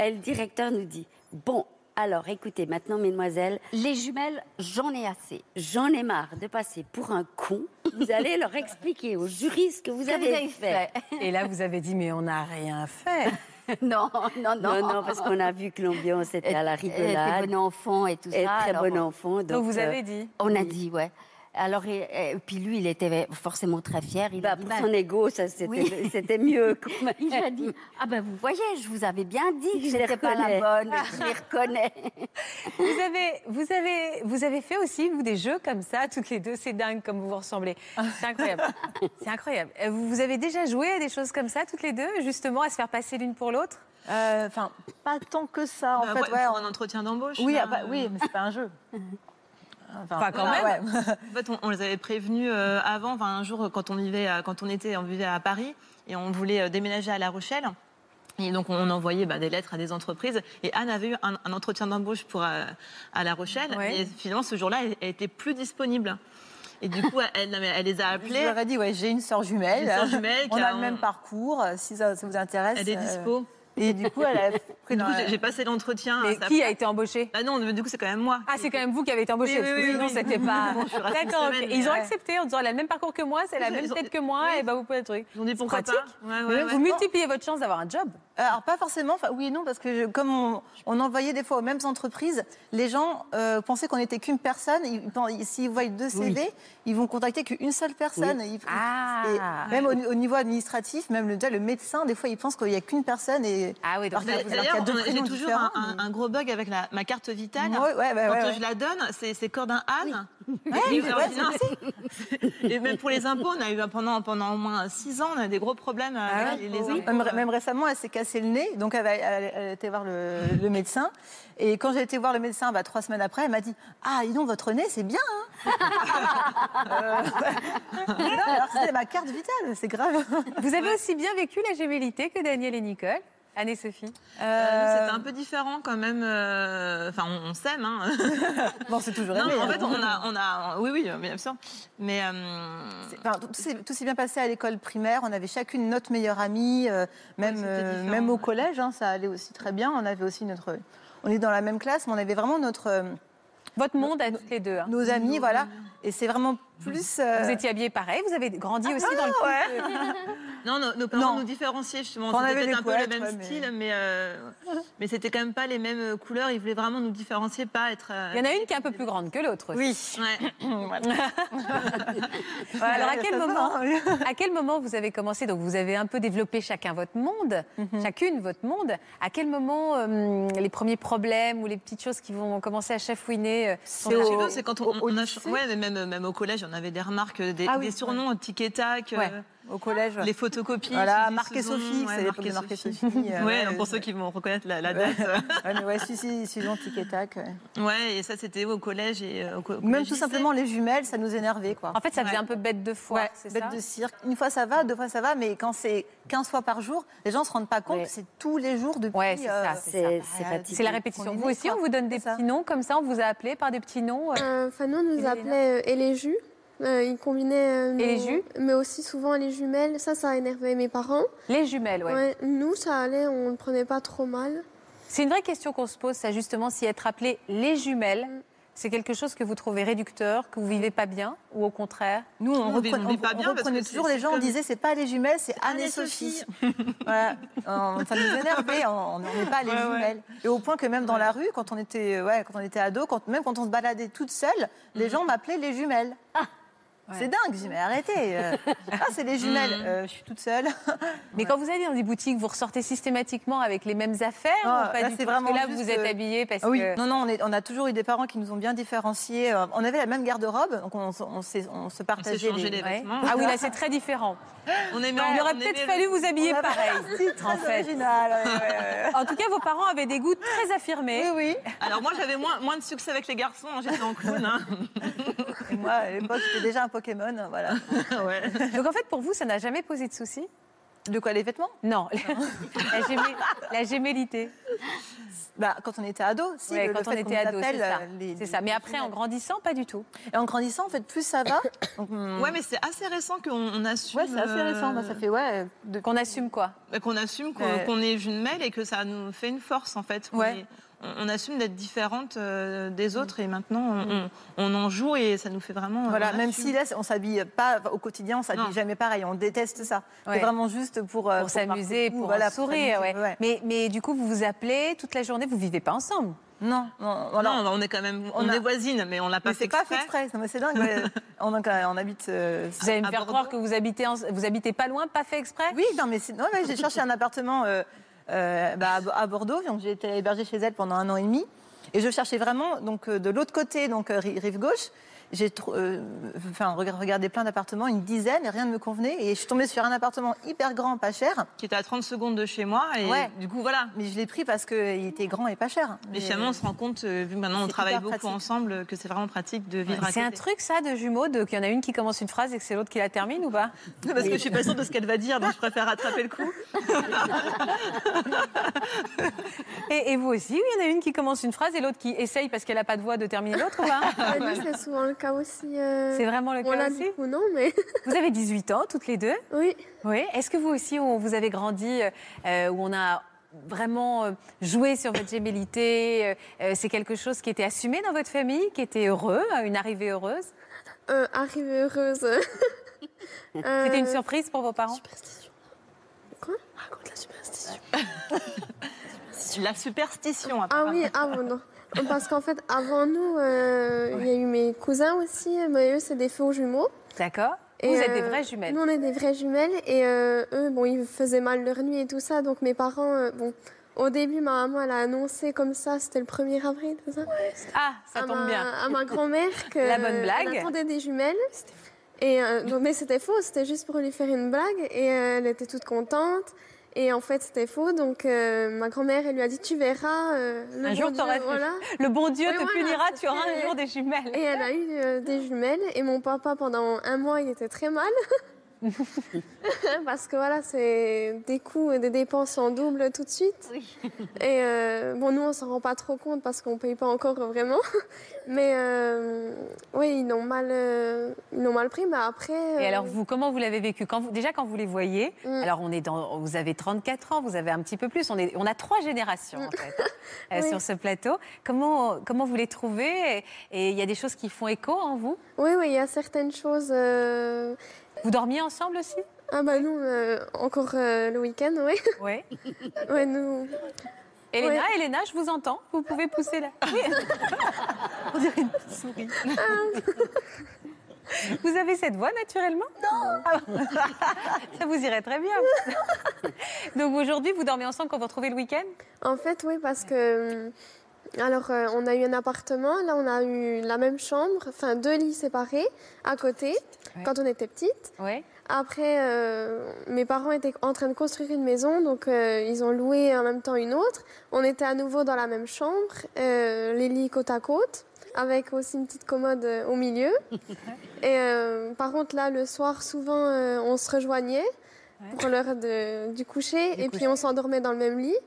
Et le directeur nous dit, bon, alors écoutez, maintenant mesdemoiselles,
les jumelles, j'en ai assez.
j'en ai marre de passer pour un con, vous allez leur expliquer aux juristes ce que vous
Que
avez, fait.
eh. Et là, vous avez dit, mais on n'a rien fait.
[laughs] non, non,
Non,
non.
non, parce qu'on a vu que l'ambiance était à la
Elle était
rigolade.
bon enfant et tout
Et
ça.
très
alors,
bon enfant. Donc,
Donc vous
euh,
avez dit.
On a dit, ouais. Alors, et, et puis lui, il était forcément très fier. Il
bah,
a dit,
pour
bah,
son ego, ça c'était
Oui.
[laughs] c'était mieux. quand même.
[laughs] il a dit, ah ben vous voyez, je vous avais bien dit que
Je les
j'étais pas la
reconnais.
bonne,
[laughs]
je les reconnais.
Vous avez, vous avez, vous avez fait aussi vous des jeux comme ça, toutes les deux. C'est dingue comme vous vous ressemblez. C'est incroyable. C'est incroyable. Euh, Vous, vous avez déjà joué à des choses comme ça, toutes les deux, justement, à se faire passer l'une pour l'autre.
Euh, Enfin, pas tant que ça, [laughs] en
Bah,
fait.
ouais,
ouais,
pour un entretien d'embauche.
Oui,
là,
ah, bah,
euh,
oui, mais c'est pas un jeu. Enfin,
Enfin, quand
voilà,
même.
ouais.
En fait, on, on les avait prévenus euh, avant, enfin, un jour, quand on, vivait à- quand on était, on vivait à Paris et on voulait euh, déménager à La Rochelle. Et donc, on envoyait bah, des lettres à des entreprises. Et Anne avait eu un, un entretien d'embauche pour euh, à La Rochelle.
Ouais.
Et finalement, ce jour-là, elle, elle était plus disponible. Et du coup, elle, non, mais
[laughs]
elle les a
Je
appelés.
leur ai dit, ouais, j'ai une sœur jumelle.
Une sœur jumelle
on
qui
a
a
le
un-
même parcours. Si ça, ça vous intéresse.
Elle est
euh,
dispo.
Et du coup, elle a pris
[laughs] Du
dans
coup,
la-
j'ai- j'ai passé l'entretien.
Mais
ça-
qui a été embauché
Ah non, mais du coup, c'est quand même moi.
Ah, c'est quand même vous qui avez été embauché.
Oui, oui,
parce que
oui,
sinon,
oui.
c'était pas.
Bon, je suis restée
D'accord.
une
ok.
semaine,
Ils ont
ouais.
accepté en disant elle a le même parcours que moi, c'est la
Ils ont-
même
ils ont-
tête que moi,
oui.
et bah vous pouvez le truc.
Ils ont dit pourquoi
Pratique.
pas. Ouais, ouais,
Vous
ouais.
multipliez votre chance d'avoir un job.
Euh, Alors, pas forcément. Enfin, oui et non, parce que je- comme on, on envoyait des fois aux mêmes entreprises, les gens euh, pensaient qu'on n'était qu'une personne. Ils pen- ils- S'ils voient deux CV, ils vont contacter qu'une seule personne. Ils-
Ah.
et même au, au niveau administratif, même le, déjà, le médecin, des fois, il pense qu'il n'y a qu'une personne. Et,
Ah oui, donc
Alors,
ça, vous avez-
il y a
D'ailleurs,
deux
on a- j'ai
prénoms
toujours un,
différents,
un- un gros bug avec la- ma carte vitale.
Ouais, ouais, ouais,
Quand
Ah ouais,
je
ouais.
la donne, c'est c'est comme d'un âne. [laughs]
Ouais,
Et
ouais,
alors,
c'est
non, [laughs] Et même pour les impôts, on a eu un- pendant, pendant au moins six ans, on a eu des gros problèmes avec les, les impôts.
Ah Même, ré- même récemment, elle s'est cassé le nez, donc elle, va- elle- elle était voir le, le médecin. Et quand j'ai été voir le médecin, bah, trois semaines après, elle m'a dit Ah, dis donc, votre nez, c'est bien hein Euh, Non, alors c'est ma carte vitale, c'est grave.
vous avez aussi bien vécu la gémellité que Daniel et Nicole. Anne et Sophie.
Euh, C'était un peu différent quand même. euh, Enfin, on, on s'aime. hein.
Bon, c'est toujours
Non,
aimé,
en
hein.
fait, on a, on a, oui, oui, bien sûr. Mais euh,
C'est- enfin, tout s'est- tout s'est bien passé à l'école primaire. On avait chacune notre meilleure amie, euh, même,
c'était
euh,
différent,
même au
ouais.
collège, hein, ça allait aussi très bien. On avait aussi notre. On est dans la même classe, mais on avait vraiment notre. euh,
Votre monde à toutes les deux. hein.
nos amis, voilà. Et c'est vraiment plus. euh, Ah,
Vous étiez habillée pareil, vous avez grandi aussi dans le
ouais.
Non, nos- nos parents
Non.
nous différenciaient justement.
Quand on
C'était
avait
peut-être
les
un
poètes,
peu le même
ouais, mais-
style, mais, euh, mais c'était quand même pas les mêmes euh, couleurs. Ils voulaient vraiment nous différencier, pas être. euh,
Il y en a une qui est un peu plus grande que l'autre.
Oui. [clears throat]
Ouais.
Voilà, [laughs]
Alors, à quel
ça va,
moment
oui.
À quel moment vous avez commencé Donc vous avez un peu développé chacun votre monde,
Mhm.
chacune votre monde. À quel moment euh, les premiers problèmes ou les petites choses qui vont commencer à chafouiner euh, sont
Ce que
arrivées
j'ai vu, C'est quand on, on- on a- ouais, mais même, même au collège, on avait des remarques, euh, des,
Ah oui,
des surnoms, au tic et tac, euh,
Ouais.
Au collège.
les photocopies.
Voilà,
Suzy
Marc et
Sauzon,
Sophie,
ouais,
c'est
Marc
l'époque de
et
Marc et
Sophie.
Sophie.
[laughs]
euh,
Ouais,
ouais,
pour
je-
ceux qui vont reconnaître la, la
Ouais.
date.
[laughs]
euh.
Ouais, mais ouais, si, si, suivant tic et tac. ouais.
Ouais, et ça c'était au collège et euh, au co- au
Même
collège,
tout
lycée.
simplement les jumelles, ça nous énervait quoi.
En fait, ça faisait
Ouais.
un peu bête de foire,
Ouais,
c'est
bête
ça
de cirque. Une fois ça va, deux fois ça va, mais quand c'est 15 fois par jour, les gens se rendent pas compte
Ouais.
que c'est tous les jours depuis.
Ouais, c'est ça, c'est
C'est
ça.
c'est fatigant.
C'est la répétition.
On est
Vous
né,
aussi, on
quoi.
vous donne des
C'est ça.
petits noms comme ça, on vous a appelé par des petits noms. euh.
Euh, enfin, nous, on nous
Elena.
appelait euh, et les jus. Euh, ils combinaient. euh,
Et les
nos-
jus
Mais aussi souvent les jumelles. Ça, ça énervait mes parents.
Les jumelles, ouais.
Ouais, nous, ça allait, on le prenait pas
[laughs]
trop mal.
C'est une vraie question qu'on se pose, ça justement, si être appelé les jumelles, c'est quelque chose que vous trouvez réducteur, que vous vivez pas bien, ou au contraire
Nous, on
Vous
reprenait,
vivez pas
on
bien parce
reprenait
que
toujours
c'est-
les
c'est
gens, on
comme-
disait c'est pas les jumelles, c'est Anne et Sophie. [laughs] voilà. On- ça nous énervait, on on n'aimait pas les
Ouais, ouais.
jumelles. Et au point que même dans la rue, quand on était, ouais, quand on était ado, quand, même quand on se baladait toute seule, les gens m'appelaient les jumelles. C'est dingue, j'ai dit, mais arrêtez. [laughs] euh. Ah, c'est les jumelles. Euh, je suis toute seule.
Mais quand vous allez dans des boutiques, vous ressortez systématiquement avec les mêmes affaires
Ah,
ou pas
là,
du
c'est
tout Parce que
vraiment
là, vous
juste,
êtes
euh,
habillé parce
Ah oui,
que...
non, non, on, est- on a toujours eu des parents qui nous ont bien différenciés. Euh, On avait la même garde-robe, donc on, on s'est- on se
On s'est
partageait
changé les
Ouais.
vêtements.
Ah oui, là, c'est très différent.
On
bah,
aimait,
Il aurait
on
peut-être
aimait
fallu
le-
vous habiller
On a-
pareil,
[laughs] C'est très
en fait.
original. ouais, ouais, ouais.
En tout cas, vos parents avaient des goûts très affirmés.
Oui, oui.
Alors moi j'avais moins, moins de succès avec les garçons, hein, j'étais en clown.
[laughs]
hein.
Et moi, à l'époque, j'étais déjà un Pokémon, euh, voilà.
Ouais.
Donc en fait, pour vous, ça n'a jamais posé de soucis
De quoi les vêtements
Non, [laughs] la, gémé- la gémellité.
Bah, quand on était ado, si.
Ouais,
le- le
quand on
fait qu'on
était
nous
ado, c'est
appelle,
ça.
euh, les-
C'est ça. Mais après, en grandissant, pas du tout.
Et en grandissant, en fait, plus ça
[laughs]
va. donc, hum,
Ouais, mais c'est assez récent qu'on on assume.
ouais, c'est assez
euh,
récent.
bah,
Moi, ça fait ouais.
Qu'on assume quoi
bah, qu'on assume qu'on
Ouais.
qu'on est jumelles et que ça nous fait une force en fait. qu'on
Ouais.
est- on, on assume d'être différentes euh, des autres et maintenant on, on- on en joue et ça nous fait vraiment. euh,
Voilà,
on
même
assume.
si là, on s'habille pas au quotidien, on
Non.
s'habille jamais pareil. On déteste ça.
Ouais.
C'est vraiment juste pour euh,
Pour s'amuser,
marquer le
pour,
coup, voilà,
en sourire.
s'amuser,
ouais. Mais, mais du coup, vous vous appelez toute la journée, vous vivez pas ensemble.
Non, non,
Non,
voilà.
on est quand même. On,
on a-
est voisines, mais on l'a pas
Mais
fait
c'est pas fait
exprès.
exprès, non, mais c'est
[laughs]
dingue. ouais. on, donc, euh, on habite. euh,
Vous allez me
à
faire
Bordeaux.
croire que vous habitez, en- vous habitez pas loin, pas fait exprès
Oui, non, mais c'est- non, mais j'ai cherché un appartement euh, euh, bah, à Bo- à Bordeaux, donc j'ai été hébergée chez elle pendant un an et demi, et je cherchais vraiment donc euh, de l'autre côté, donc euh, ri- rive gauche. J'ai tr- euh, enfin reg- regardé plein d'appartements, une dizaine, et rien ne me convenait, et je suis tombée sur un appartement hyper grand, pas cher,
Qui était à 30 secondes de chez moi et
Ouais.
du coup voilà.
mais je l'ai pris parce qu'il était grand et pas cher.
Mais finalement, on se rend compte, euh, vu que maintenant on
C'est
travaille
hyper
beaucoup
pratique.
ensemble, que c'est vraiment pratique de vivre à
C'est un
côté.
truc, ça, de jumeaux, de- qu'il y en a une qui commence une phrase et que c'est l'autre qui la termine ou pas
Parce que je suis pas sûre de ce qu'elle va dire, donc je préfère rattraper le coup. [laughs]
et, et vous aussi, oui, il y en a une qui commence une phrase et l'autre qui essaye parce qu'elle a pas de voix de terminer l'autre ou
[laughs]
pas
Euh, nous, c'est souvent le cas aussi. euh,
C'est vraiment le
bon, là,
cas
du [laughs]
aussi
coup, non, mais
Vous avez 18 ans, toutes les deux.
oui.
Oui. Est-ce que vous aussi, où vous avez grandi, euh, où on a vraiment euh, joué sur votre gémellité euh, euh, C'est quelque chose qui était assumé dans votre famille, qui était heureux, euh, une arrivée heureuse
Euh, arrivée heureuse. Euh,
[laughs] C'était une surprise pour vos parents
La superstition.
Ah
apparemment.
oui, avant, non. Parce qu'en fait, avant nous, euh, il y a eu mes cousins aussi, mais eux, c'est des faux jumeaux.
D'accord Vous
Et,
êtes des
euh,
vraies jumelles.
Nous, on est des vraies jumelles et euh, eux, bon, ils faisaient mal leur nuit et tout ça. Donc mes parents, euh, bon, au début, ma maman, elle a annoncé comme ça, c'était le 1er avril, tout ça.
Ah, ça
à
tombe
ma,
bien.
À ma
[laughs]
grand-mère que
La bonne blague.
elle attendait des jumelles. Et euh, donc, mais c'était faux, c'était juste pour lui faire une blague et euh, elle était toute contente. Et en fait, c'était faux. Donc euh, ma grand-mère, elle lui a dit tu verras euh, le
Un
bon
jour,
Dieu,
t'auras-
voilà.
Le bon Dieu
Oui,
te
voilà,
punira,
c'est
tu auras un
vrai.
jour des jumelles. [laughs]
Et elle a eu euh, des jumelles. Et mon papa, pendant un mois, il était très mal. parce que voilà, c'est des coûts et des dépenses en double tout de suite.
Oui.
Et euh, bon, nous, on s'en rend pas trop compte parce qu'on paye pas encore vraiment. [laughs] Mais euh, oui, ils l'ont mal, euh, ils l'ont mal pris. Mais après,
Et
euh,
alors vous, comment vous l'avez vécu quand vous, Déjà quand vous les voyez,
Mm.
alors on est dans, vous avez 34 ans, vous avez un petit peu plus, on, est, on a trois générations en fait
[laughs]
euh,
Mm. Oui.
sur ce plateau. Comment, comment vous les trouvez Et- Et il y a des choses qui font écho en vous
oui, oui, il y a certaines choses. euh,
Vous dormiez ensemble
[laughs]
aussi
Ah bah nous, euh, encore euh, le week-end, oui. [laughs]
Oui.
ouais, nous.
Elena, Elena, je vous entends, vous pouvez pousser
[laughs]
là. Oui. [laughs] on dirait une petite souris.
Ah.
Vous avez cette voix naturellement Non [laughs] Ça vous irait très bien. Donc aujourd'hui, vous dormez ensemble quand vous retrouvez le week-end
En fait, oui, parce que. euh, Alors, euh, on a eu un appartement, là, on a eu la même chambre, enfin deux lits séparés à côté,
Ouais.
quand on était petite.
Oui.
Après, euh, mes parents étaient en train de construire une maison, donc euh, ils ont loué en même temps une autre. On était à nouveau dans la même chambre, euh, les lits côte à côte, avec aussi une petite commode euh, au milieu. Et euh, par contre, là, le soir, souvent, euh, on se rejoignait pour l'heure de- du coucher, et puis on s'endormait dans le même lit.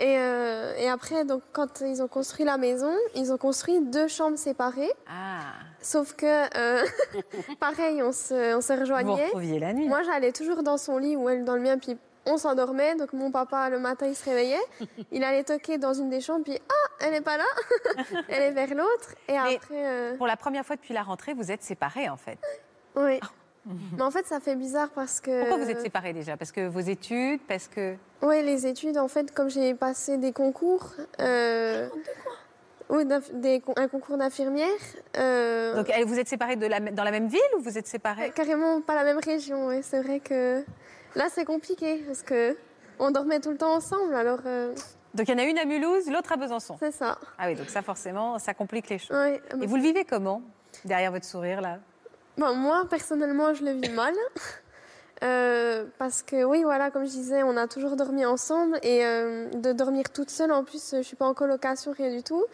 Et, euh, et après, donc, quand ils ont construit la maison, ils ont construit deux chambres séparées.
Ah,
Sauf que, euh, [laughs] pareil, on se, on se
vous vous
rejoignait.
retrouviez la nuit.
Moi, j'allais toujours dans son lit ou elle dans le mien, puis on s'endormait. Donc mon papa, le matin, il se réveillait.
[laughs]
Il allait toquer dans une des chambres, puis ah, elle n'est pas là. [laughs] elle est vers l'autre. Et
Mais-
après, euh,
Pour la première fois depuis la rentrée, vous êtes séparés en fait.
oui. Mais en fait, ça fait bizarre parce que.
Ah. Pourquoi vous êtes séparés déjà Parce que vos études, parce que...
Oui, les études, en fait, comme j'ai passé des concours. euh, Oui, d'inf- des con- un concours d'infirmière. euh,
Donc elle- vous êtes séparés de la, m- dans la même ville ou vous êtes séparés
Carrément pas la même région, ouais. c'est vrai que là c'est compliqué parce que on dormait tout le temps ensemble, alors euh,
Donc il y en a une à Mulhouse, l'autre à Besançon.
c'est ça.
Ah oui, donc ça forcément, ça complique les choses.
Ouais.
Et vous le vivez comment Derrière votre sourire là
Bon, moi personnellement je le vis mal Euh, parce que oui voilà comme je disais on a toujours dormi ensemble et euh, de dormir toute seule en plus je suis pas en colocation rien du tout,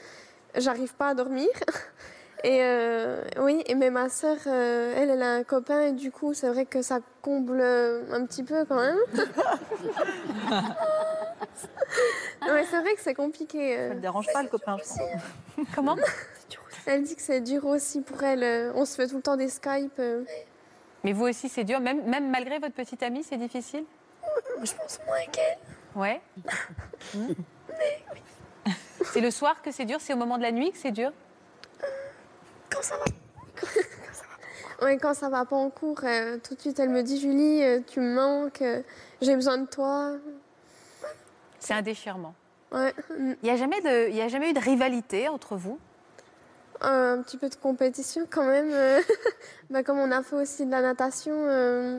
j'arrive pas à dormir. [laughs] Et euh, oui, et mais ma sœur, euh, elle, elle a un copain et du coup, c'est vrai que ça comble euh, un petit peu quand même. [laughs] ouais, c'est vrai que c'est compliqué. euh.
Ça ne dérange pas le copain, je pense.
Comment
Elle dit que c'est dur aussi pour elle. euh, On se fait tout le temps des Skype. euh.
Mais vous aussi, c'est dur, même, même malgré votre petite amie, c'est difficile
Je pense moins qu'elle.
[laughs] Ouais. Hmm. C'est le soir que c'est dur, c'est au moment de la nuit que c'est dur
Quand ça va. Ouais, quand ça va pas en cours, euh, tout de suite, elle me dit Julie, euh, tu me manques, euh, j'ai besoin de toi.
C'est un déchirement.
Ouais, Mm.
Il n'y a, jamais de- il y a jamais eu de rivalité entre vous
un petit peu de compétition quand même. euh. [laughs] bah, comme on a fait aussi de la natation, euh,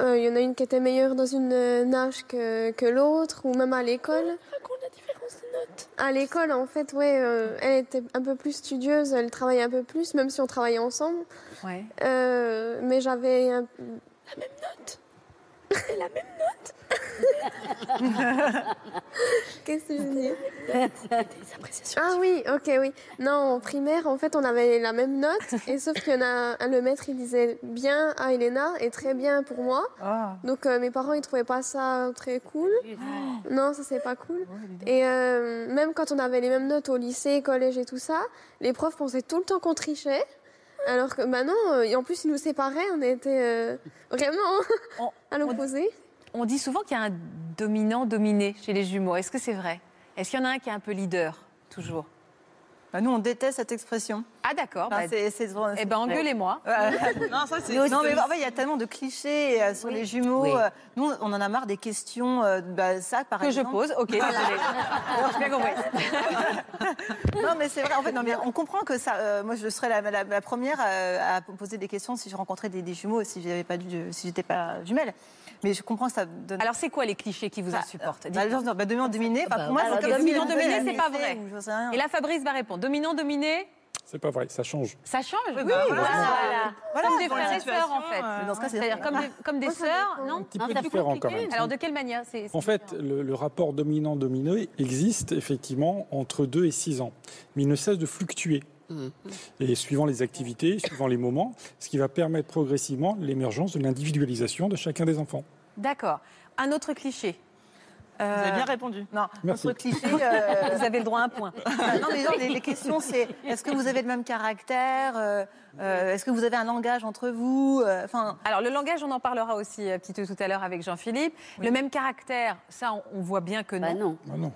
euh, il y en a une qui était meilleure dans une euh, nage que, que l'autre, ou même à l'école. À l'école, en fait, ouais, euh, elle était un peu plus studieuse, elle travaillait un peu plus, même si on travaillait ensemble.
Ouais.
Euh, mais j'avais un- [laughs] Qu'est-ce que je dis Ah oui, ok, oui. Non, en primaire, en fait, on avait la même
[laughs]
note, et sauf qu'il y en a un, le maître, il disait bien à Elena et très bien pour moi.
Ah.
Donc euh, mes parents, ils trouvaient pas ça très cool. [gasps] Non, ça c'est pas cool. Et euh, même quand on avait les mêmes notes au lycée, collège et tout ça, les profs pensaient tout le temps qu'on trichait. Alors que bah maintenant, en plus, ils nous séparaient, on était euh, vraiment [laughs]
On-
à l'opposé.
On dit souvent qu'il y a un dominant-dominé chez les jumeaux. Est-ce que c'est vrai Est-ce qu'il y en a un qui est un peu leader, toujours
Bah, nous, on déteste cette expression.
Oh,
Ah d'accord,
Enfin,
bah,
c'est- Bah, c'est-
eh ben engueulez-moi.
[laughs] Non, ça, c'est.
non, mais en fait, il y a tellement de clichés euh, sur les jumeaux. euh, Nous, on en a marre des questions. euh, bah, ça, par
Que je
exemple.
pose, ok, désolé. J'ai bien compris.
Non, mais c'est vrai. En fait, non, mais on comprend que ça. euh, moi, je serais la, la- la première euh, à poser des questions si je rencontrais des, des jumeaux, si j'avais pas dû, si j'étais pas jumelle. Mais je comprends que ça donne.
Alors c'est quoi les clichés qui vous
Bah,
insupportent
Bah, les gens disent, bah, dominant, dominé. Enfin, pour moi,
Ah bah, Alors,
c'est
dominant,
quelqu'un qui
dominé,
donne
c'est
un
pas
effet
vrai.
ou j'en sais rien.
Et là, Fabrice va répondre. Dominant, dominé,
C'est pas vrai, ça change.
ça change Oui,
Voilà.
Voilà,
Comme des
dans
frères
la
et sœurs, en
situation,
fait.
euh,
Mais dans ce cas, c'est-
C'est-à-dire comme des, comme des sœurs, non
petit
Non,
peu
ça
différent quand même.
Alors de quelle manière c'est- c'est
En fait,
différent
le, le rapport dominant-dominé existe effectivement entre 2 et 6 ans, mais il ne cesse de fluctuer.
Mmh.
Et suivant les activités, suivant les moments, ce qui va permettre progressivement l'émergence de l'individualisation de chacun des enfants.
D'accord. Un autre cliché.
Vous avez
Euh,
bien répondu.
Non,
Merci.
notre cliché. euh, ah,
Vous avez le droit à un point.
non, mais genre, les, les questions, c'est est-ce que vous avez le même caractère euh, euh, Est-ce que vous avez un langage entre vous Euh, Enfin,
Alors le langage, on en parlera aussi euh, petit peu tout à l'heure avec Jean-Philippe. Le même caractère, ça, on, on voit bien que non.
Bah non.
Ah non.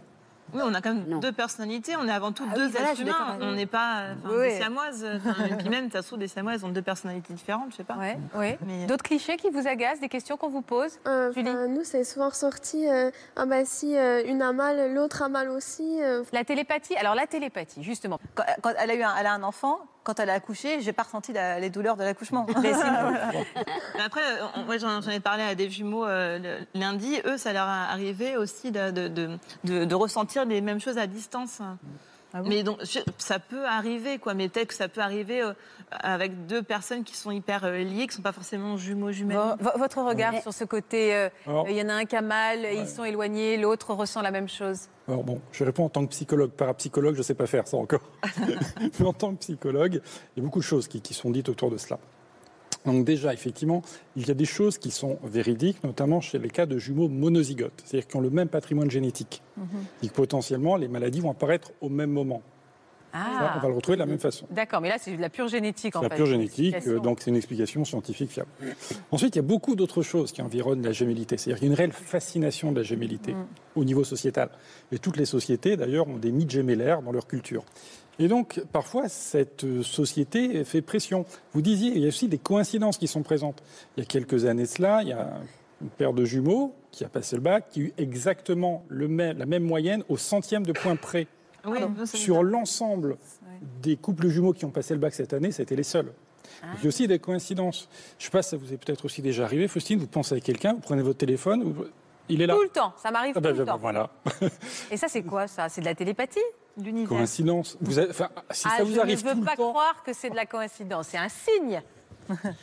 Oui, on a quand même
Non.
deux personnalités, on est avant tout
Ah
deux
oui, voilà, je
êtres
suis
humains.
d'accord.
On n'est pas euh, enfin,
Oui,
des
oui.
siamoises.
[laughs]
Enfin, et puis même, ça se trouve, des siamoises ont deux personnalités différentes, je sais pas.
Ouais, ouais.
Mais- euh,
D'autres clichés qui vous agacent, des questions qu'on vous pose
Euh,
Julie.
enfin, nous, c'est souvent ressorti euh, ah ben si euh, une a mal, l'autre a mal aussi. euh,
La télépathie Alors la télépathie, justement.
quand, quand elle a eu, un, elle a un enfant. Quand elle a accouché, j'ai pas ressenti la- les douleurs de l'accouchement. [laughs]
Mais Après, euh, on- moi, j'en j'en ai parlé à des jumeaux euh, le- lundi. Eux, ça leur a arrivé aussi de, de- de- de- de ressentir les mêmes choses à distance.
Ah bon
mais donc, je- ça peut arriver, quoi. Mais peut-être que ça peut arriver euh, avec deux personnes qui sont hyper euh, liées, qui sont pas forcément jumeaux, jumelles.
Vo- vo- votre regard sur ce côté, euh,
Alors,
euh, il y en a un qui a mal, ils sont éloignés, l'autre ressent la même chose.
Alors bon, je réponds en tant que psychologue. Parapsychologue, je ne sais pas faire ça encore. [laughs] Mais en tant que psychologue, il y a beaucoup de choses qui, qui sont dites autour de cela. Donc déjà, effectivement, il y a des choses qui sont véridiques, notamment chez les cas de jumeaux monozygotes, c'est-à-dire qui ont le même patrimoine génétique. Et que potentiellement, les maladies vont apparaître au même moment. Ça,
Ah,
on va le retrouver de la même façon.
d'accord, mais là c'est de la pure génétique en
C'est la
fait.
pure génétique, euh,
Explication.
donc c'est une explication scientifique fiable. Ensuite, il y a beaucoup d'autres choses qui environnent la gémellité. C'est-à-dire qu'il y a une réelle fascination de la gémellité
Mm.
au niveau sociétal. Et toutes les sociétés, d'ailleurs, ont des mythes gémellaires dans leur culture. Et donc, parfois, cette euh, société fait pression. Vous disiez, il y a aussi des coïncidences qui sont présentes. Il y a quelques années de cela, il y a une paire de jumeaux qui a passé le bac, qui a eu exactement le même- la même moyenne au centième de point près.
Oui, nous, c'est-
Sur l'ensemble des couples jumeaux qui ont passé le bac cette année, c'était les seuls.
Ah.
Il y a aussi des coïncidences. Je ne sais pas, ça vous est peut-être aussi déjà arrivé, Faustine, vous pensez à quelqu'un, vous prenez votre téléphone, vous- il est là.
Tout le temps, ça m'arrive
Ah ben,
tout le
ben,
temps.
voilà,
Et ça c'est quoi ça C'est de la télépathie
l'univers.
coïncidence. Vous avez- enfin, si
Ah,
ça vous arrive
je ne
tout
veux
le
pas
temps
croire que c'est de la coïncidence, c'est un signe.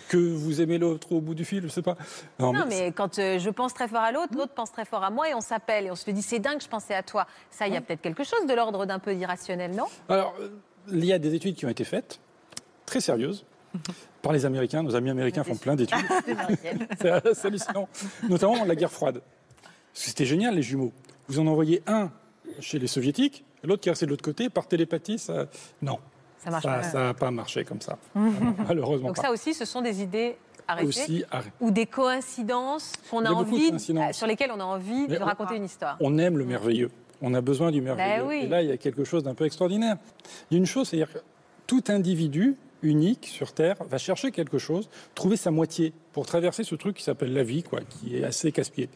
que vous aimez l'autre au bout du fil, je ne sais pas. Non,
Non,
mais
mais quand euh, je pense très fort à l'autre,
Mmh.
l'autre pense très fort à moi et on s'appelle et on se dit c'est dingue, je pensais à toi. Ça,
Mmh.
il y a peut-être quelque chose de l'ordre d'un peu irrationnel, non
Alors, euh, il y a des études qui ont été faites, très sérieuses,
Mhm.
par les Américains. Nos amis américains font plein d'études. C'est assez hallucinant. Notamment la guerre froide. C'était génial, les jumeaux. Vous en envoyez un chez les Soviétiques, l'autre qui est resté de l'autre côté, par télépathie, ça. Non.
Ça marche pas.
Ça n'a pas marché comme ça.
[laughs]
Malheureusement
Donc
pas.
ça aussi, ce sont des idées arrêtées
bah. Aussi, arrête.
ou des coïncidences qu'on
Il y
a
a beaucoup de
envie,
coïncidences.
euh, sur lesquelles on a envie
Mais
de
on-
raconter une histoire.
on aime le merveilleux. On a besoin du merveilleux.
Ben oui.
Et là, il y a quelque chose d'un peu extraordinaire. Il y a une chose, c'est-à-dire que tout individu unique sur Terre va chercher quelque chose, trouver sa moitié pour traverser ce truc qui s'appelle la vie, quoi, qui est assez casse-pied.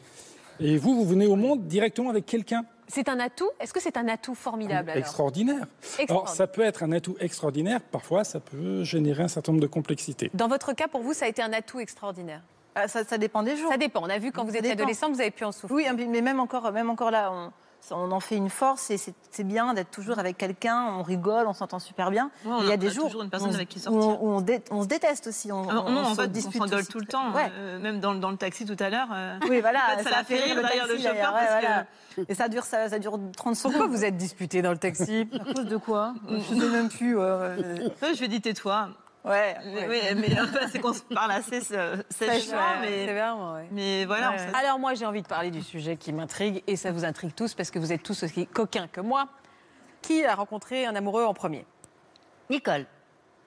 Et vous, vous venez au monde directement avec quelqu'un
C'est un atout Est-ce que c'est un atout formidable alors
extraordinaire. Alors, ça peut être un atout extraordinaire. Parfois, ça peut générer un certain nombre de complexités.
Dans votre cas, pour vous, ça a été un atout extraordinaire.
Ah, ça, ça dépend des jours.
Ça dépend. On a vu quand vous
Ça
étiez
dépend.
adolescent, vous avez pu en souffrir.
Oui, hein, mais même encore, même encore là, on, ça, on en fait une force et c'est c'est bien d'être toujours avec quelqu'un, on rigole, on s'entend super bien.
Ouais, on
il y
a
a des jours
toujours une personne
où on-
avec qui
où
sortir.
on- où on, dé- on se déteste aussi, on,
Ah, non, en fait,
se
on
dispute
s'endole
aussi.
tout le temps,
Ouais. Ah
euh, même dans, le- dans le taxi tout à l'heure. euh,
Oui, voilà,
En fait, ça l'a fait rire d'ailleurs le
taxi,
chauffeur
d'ailleurs, ouais,
parce
voilà. Et ça dure, ça, ça dure 30 secondes.
Pourquoi vous êtes disputé dans le taxi
[laughs] À cause de quoi Je sais même plus. euh,
Ouais, [laughs] je lui ai dit tais-toi.
Ouais.
Mais- Oui, mais en fait, [laughs] c'est qu'on se parle assez euh, sèchement,
C'est
mais,
vraiment, ouais.
mais voilà. on
Ouais.
s'assure.
Alors moi j'ai envie de parler du sujet qui m'intrigue et ça vous intrigue tous parce que vous êtes tous aussi coquins que moi. Qui a rencontré un amoureux en premier
Nicole.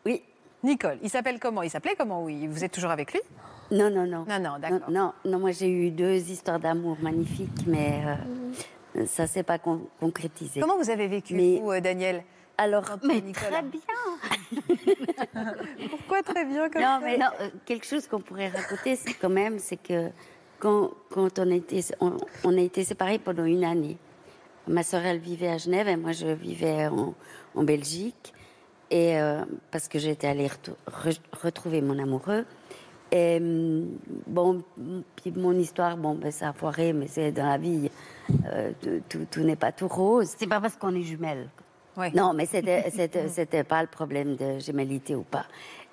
Oui.
Nicole. Il s'appelle comment Il s'appelait comment Oui, vous êtes toujours avec lui
Non, non, non.
Non, non,
Non,
d'accord.
non, non, moi j'ai eu deux histoires d'amour magnifiques, mais euh, ça s'est pas con- concrétisé.
Comment vous avez vécu,
Mais-
vous, euh, Daniel
Alors,
Quand
mais
Nicolas-
très bien.
Pourquoi très bien comme
Non,
ça
mais non, euh, quelque chose qu'on pourrait raconter, c'est quand même, c'est que quand, quand on, était, on, on a été séparés pendant une année. Ma sœur, elle vivait à Genève et moi, je vivais en, en Belgique. Et euh, parce que j'étais allée retou- re- retrouver mon amoureux. Et hum, bon, hum, puis mon histoire, bon, ben, ça a foiré, mais c'est dans la vie, euh, tout, tout- tout n'est pas tout rose. C'est pas parce qu'on est jumelles.
Ouais.
Non, mais c'était, c'était, c'était pas le problème de gémellité ou pas.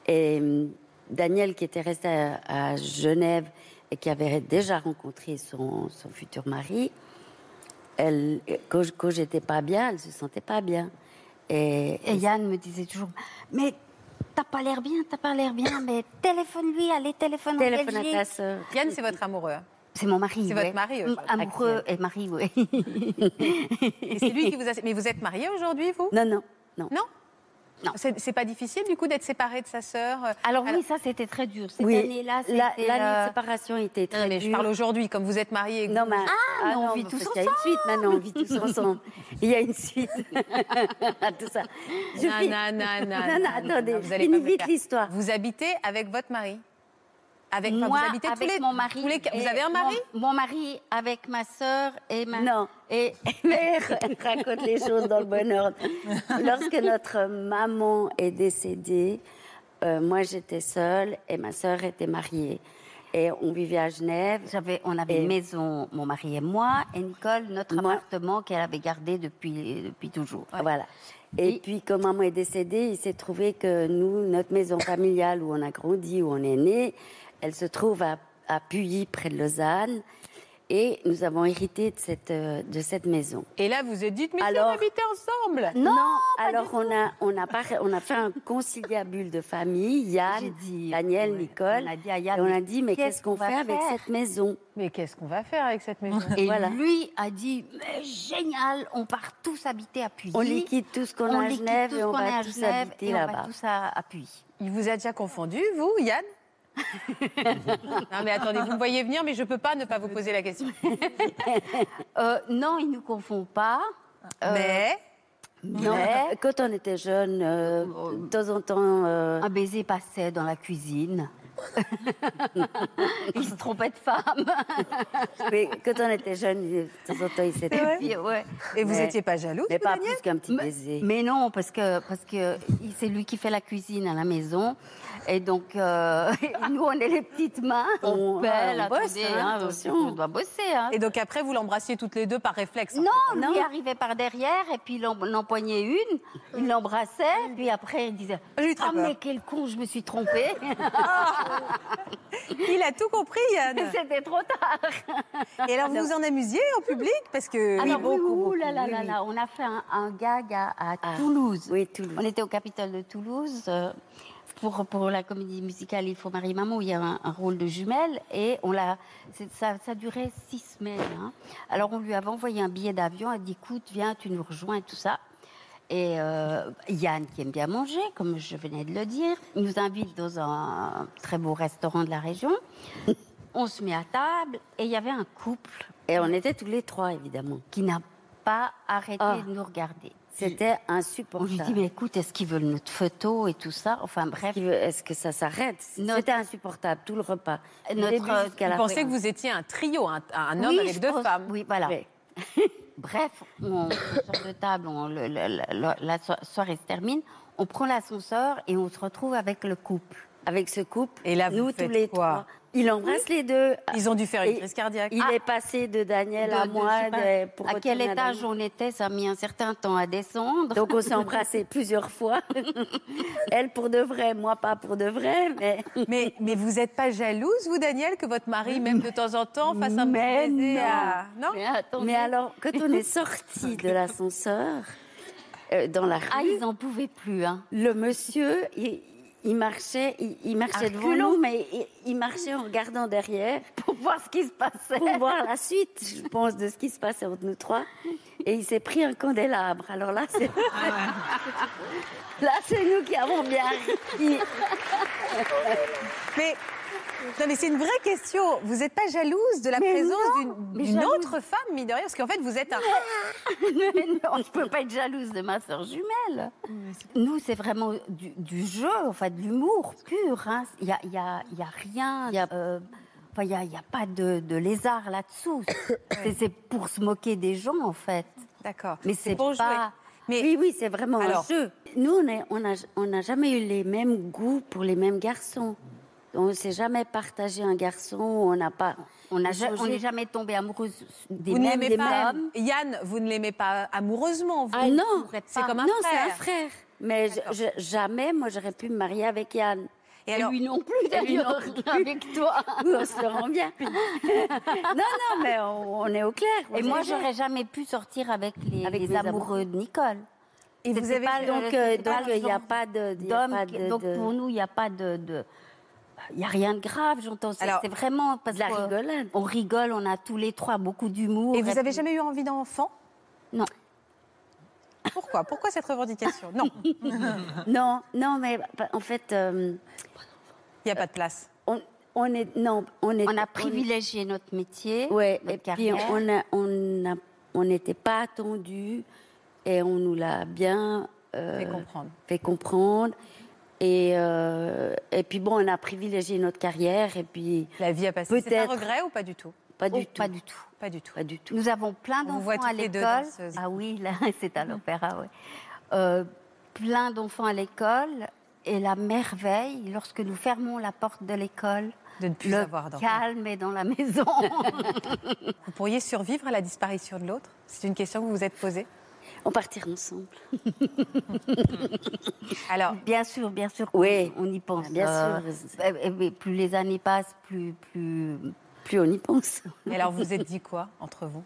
Et hum, Daniel, qui était resté à, à Genève et qui avait déjà rencontré son, son futur mari, elle, quand, je- quand j'étais pas bien, elle se sentait pas bien. Et,
Et Yann me disait toujours, mais t'as pas l'air bien, t'as pas l'air bien, mais téléphone-lui, allez, téléphone, en
téléphone à
Belgique.
ta sœur.
Euh, Yann, c'est votre amoureux. hein.
C'est mon mari.
C'est
ouais.
votre mari, euh,
Mm, Amoureux et mari, oui.
Et c'est lui qui
[laughs]
vous a... Mais vous êtes marié aujourd'hui, vous
Non, non, non.
Non
Non.
C'est c'est pas difficile, du coup, d'être séparé de sa sœur euh,
Alors oui,
Alors-
ça c'était très dur. Cette
Oui,
année-là, c'était...
la- l'année
euh,
de séparation était
Non,
très
mais je
dure.
parle aujourd'hui, comme vous êtes marié.
Non, mais, ah,
mais on
non,
vit
parce
tous
qu'il y a une suite maintenant, on vit tous
[laughs]
ensemble. Il y a une suite [laughs] à tout ça. Je
Non,
finis-
non,
[laughs]
non, non,
non,
non,
attendez,
non, vous allez
finis
pas me le
vite
faire.
l'histoire.
Vous habitez avec votre mari avec, enfin,
Moi,
vous habitez
avec
tous les,
mon mari.
tous les-
et
vous avez un
mon-
mari
mon, mari avec ma sœur et ma.
Non.
Et
Mais r- raconte les choses dans le bon ordre. Lorsque notre maman est décédée, euh, moi j'étais seule et ma sœur était mariée. Et on vivait à Genève.
j'avais, on avait
Et-
une maison, mon mari et moi, et Nicole, notre
Moi-
appartement qu'elle avait gardé depuis, depuis toujours.
Voilà. Et puis, quand maman est décédée, il s'est trouvé que nous, notre maison familiale où on a grandi, où on est né, elle se trouve à, à Puy, près de Lausanne. Et nous avons hérité de cette, euh, de cette maison.
Et là, vous vous êtes dit, mais si on
Alors-
habitait ensemble
Non, alors on a, on, a par- on a fait un conciliabule de famille,
J'ai
Yann,
dit,
Daniel,
ouais,
Nicole.
on a dit à Yann,
et on a
mais
dit, mais
qu'est-ce
qu'est-ce qu'on
qu'on va
fait avec
faire
cette maison
Mais qu'est-ce qu'on va faire avec cette
[laughs]
maison
Et
Voilà.
lui a dit mais génial, on part tous habiter à Puy.
On liquide tout ce qu'on
On
a à
liquide
Genève
tout
et
ce
on
qu'on a
va
à
tous
Genève
habiter
et on va
là-bas.
tous à, à Puy.
Il vous a déjà confondu, vous,
[laughs]
Yann Non, mais attendez, vous me voyez venir, mais je peux pas ne pas vous poser la question.
Euh, non, il nous confond pas. Euh,
Mais
Non,
mais-
quand on était jeune, euh, de temps en temps, euh,
Un baiser passait dans la cuisine. il se trompait de femme.
Mais quand on était jeune, de temps en temps, il s'était.
Puis, ouais.
et vous
Mais-
étiez pas jaloux
Mais pas plus qu'un petit
Mais-
baiser.
Mais non, parce que parce que il- c'est lui qui fait la cuisine à la maison, et donc
[laughs]
euh, nous on est les petites mains, on,
On-
pèle,
on bosse,
attendez,
hein,
hein,
attention.
on doit bosser. hein.
Et donc après, vous l'embrassiez toutes les deux par réflexe.
Non, lui arrivait par derrière et puis il en, il empoignait une, il l'embrassait, puis après il disait
J'ai eu très
Ah,
peur.
mais quel con, je me suis trompée.
[laughs]
Il a tout compris,
[laughs]
Yann.
C'était trop tard.
Et alors, vous vous en amusiez en public Parce que.
Alors, oui,
beaucoup,
ouh là
beaucoup,
là
oui,
là
oui.
là, on a fait un, un gag à, à
Ah,
Toulouse.
Oui, Toulouse.
On était au Capitole de Toulouse euh, pour, pour la comédie musicale Il faut Marie Maman où il y a un, un rôle de jumelle et on l'a c'est- ça, ça durait six semaines. hein. Alors on lui avait envoyé un billet d'avion, elle dit écoute viens tu nous rejoins et tout ça. Et euh, Yann, qui aime bien manger, comme je venais de le dire, nous invite dans un très beau restaurant de la région. On se met à table et il y avait un couple
Et on était tous les trois, évidemment.
qui n'a pas arrêté
Ah.
de nous regarder.
C'était
On lui dit,
insupportable.
mais écoute, est-ce qu'ils veulent notre photo et tout ça Enfin bref,
Qui veut- Est-ce que ça s'arrête
Notre-
C'était insupportable, tout le repas. Du
Notre-
début jusqu'à la
Vous
fin.
pensez que vous étiez un trio, un, un homme
Oui,
avec
je
deux
pense-
femmes.
Oui, voilà.
Oui.
Bref, on sort de table, on- le- le- le- la so- soirée se termine, on prend l'ascenseur et on se retrouve avec le couple.
Avec ce couple,
Et là, vous
nous
faites
tous les
quoi
trois. Il embrasse les deux.
Ils ont dû faire une
Et
crise cardiaque.
Il
Ah,
est passé de Daniel
De-
à
de- je
moi.
sais pas
de- euh, pour
à quel
retourner à
étage
Daniel.
on était Ça a mis un certain temps à descendre.
Donc on s'est embrassé plusieurs fois. [laughs] Elle pour de vrai, moi pas pour de vrai, mais.
mais, mais vous n'êtes pas jalouse, vous, Daniel, que votre mari, même de temps en temps, fasse un
Mais
petit baiser
non.
à- Non
mais [laughs] attendez.
Mais alors, quand on est sorti de l'ascenseur, euh, dans la rue,
Ah, ils n'en pouvaient plus. Hein.
le monsieur, il, il marchait, il, il marchait devant
reculons.
nous, mais il, il marchait en regardant derrière [laughs]
Pour voir ce qui se passait.
pour voir la suite, je pense, de ce qui se passait entre nous trois. Et il s'est pris un candélabre. Alors là, c'est [laughs] là, c'est nous qui avons bien ri.
Mais, non, mais c'est une vraie question. Vous n'êtes pas jalouse de la
Mais
présence
non,
d'une-
mais
d'une
jalouse.
autre femme, mine de rien Parce qu'en fait, vous êtes un.
Mais non, je peux pas être jalouse de ma sœur jumelle. Nous, c'est vraiment du, du jeu, enfin de l'humour pur. hein. Il n'y a, il y a- il y a rien. Il n'y a, euh, enfin, il y a- il y a pas de, de
[coughs]
lézard là-dessous. C'est- C'est pour se moquer des gens, en fait.
D'accord.
Mais c'est
pour jouer.
pas-
Mais
Oui, oui, c'est vraiment
Alors-
un jeu. Nous, on n'a on a, on n'a jamais eu les mêmes goûts pour les mêmes garçons. On ne s'est jamais partagé un garçon, on n'a pas.
On n'a ja- on
échangé.
n'est jamais tombé amoureuse des
vous ne
mêmes,
l'aimez
des
pas.
mêmes.
Yann, vous ne l'aimez pas amoureusement. Vous.
Ah, non,
c'est comme un
non, c'est
frère.
un frère. Mais je-
D'accord.
je- jamais, moi, j'aurais pu me marier avec Yann.
Et
Et
alors,
lui non plus,
lui non
d'ailleurs,
[laughs]
avec toi.
Oui, on se le rend bien. non, [laughs] non, mais on, on est au clair. on
Et
est
moi,
au clair.
j'aurais jamais pu sortir avec les,
Avec
les
mes
amoureux de Nicole.
Et vous
C'était
avez
pas
vu-
le-
Donc,
c'était
euh,
pas
donc,
le
il n'y a
genre
pas de. il y a
d'homme
pas
qui-
de-
donc
de-
pour nous, il n'y a pas de. de- Il n'y a rien de grave, j'entends. C'est
Alors,
c'est vraiment parce
de la
que-
rigolade.
On rigole, on a tous les trois beaucoup d'humour.
Et vous avez jamais eu envie d'enfant
Non.
Pourquoi Pourquoi cette revendication Non, il
Non, non, mais bah, en fait, euh,
n'y a pas de place.
on, on est. Non, on est.
On a privilégié notre métier,
Ouais,
notre
et puis
carrière.
on a- on a- on n'était pas attendu et on nous l'a bien euh,
Je vais comprendre.
fait comprendre. Et, euh, et puis bon, on a privilégié notre carrière et puis
La vie a passé. C'est un
Peut-être.
regret ou pas du tout
pas
Oh,
du tout.
Pas du tout.
Pas du tout.
Pas du tout.
Nous avons plein
On vous voit
d'enfants à
toutes les deux
l'école.
danseuses.
Ah oui, là, [laughs] c'est
Mm.
à l'opéra, oui. Euh, plein d'enfants à l'école. Et la merveille, lorsque nous fermons la porte de l'école,
De ne plus
le
avoir d'enfant.
calme est dans
[laughs]
la maison.
Vous pourriez survivre à la disparition de l'autre C'est une question que vous vous êtes posée.
On partira ensemble.
Alors,
bien sûr, bien sûr.
Oui. Ah,
on y pense.
Bien
Euh,
sûr.
eh, eh, mais plus les années passent, plus, plus,
Plus on y pense.
et alors vous vous êtes dit quoi entre vous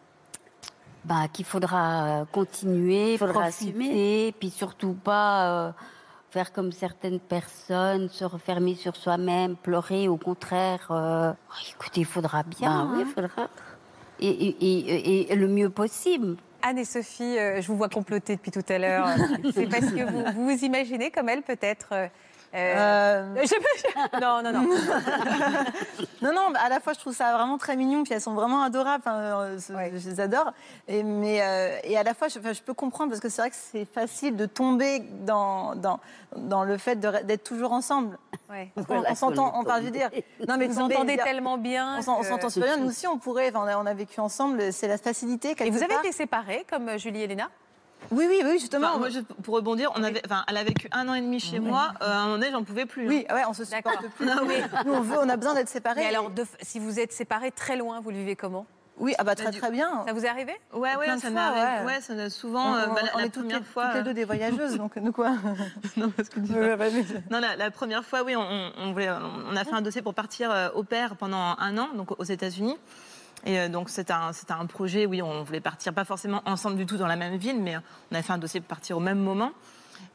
bah, qu'il faudra euh, continuer,
Faudra
profiter,
assumer.
puis surtout pas euh, faire comme certaines personnes, se refermer sur soi-même, pleurer. Au contraire, euh, oh, écoutez, il faudra bien.
Bah oui,
hein.
faudra.
et, et- et- et le mieux possible.
Anne et Sophie, euh, je vous vois comploter depuis tout à [laughs] l'heure. C'est parce que vous vous, vous imaginez comme elle peut-être. euh, euh,
Euh,
[laughs] je- Non, non, non.
Non, non, bah, à la fois je trouve ça vraiment très mignon, puis elles sont vraiment adorables, enfin, euh, ce-
Ouais.
je les adore. Et, mais, euh, et à la fois, je, enfin, je peux comprendre, parce que c'est vrai que c'est facile de tomber dans, dans, dans le fait de re- d'être toujours ensemble.
Ouais.
On, on s'entend, on parle, je veux dire.
[laughs]
Non, mais
Vous
tomber, je veux
entendez
dire,
tellement bien.
On s'en- on
que-
s'entend super bien, nous aussi on pourrait, enfin, on, a, on a vécu ensemble, c'est la facilité.
Et
quelque
vous avez
part.
été séparés comme euh, Julie et Léna
Oui, oui, oui, justement.
Enfin, moi, juste pour rebondir, on avait, enfin, elle a vécu un an et demi chez moi. Euh, à un moment donné, j'en pouvais plus.
Oui, ouais, on se supporte
D'accord. Ah
plus. Nous, on, veut, on a besoin d'être séparés.
Mais alors, de- si vous êtes séparés très loin, vous le vivez comment
oui, ah bah,
Bah,
très
du-
très bien.
Ça vous est arrivé
Ouais,
Plein
ouais,
de
ça
fois,
m'a
ouais.
ouais, ça m'a
On,
souvent. euh,
on-
bah, la-
on
la
est toutes,
première
les-
fois.
toutes les
euh,
deux des voyageuses, donc
[laughs]
nous quoi.
[laughs] non, parce que tu vois. [laughs] Non, la, la première fois, oui, on, on- on voulait- on a fait un dossier pour partir euh, au pair pendant un an, donc aux États-Unis. Et euh, donc, c'était un, c'était un projet, oui, on voulait partir, pas forcément ensemble du tout dans la même ville, mais euh, on a fait un dossier pour partir au même moment.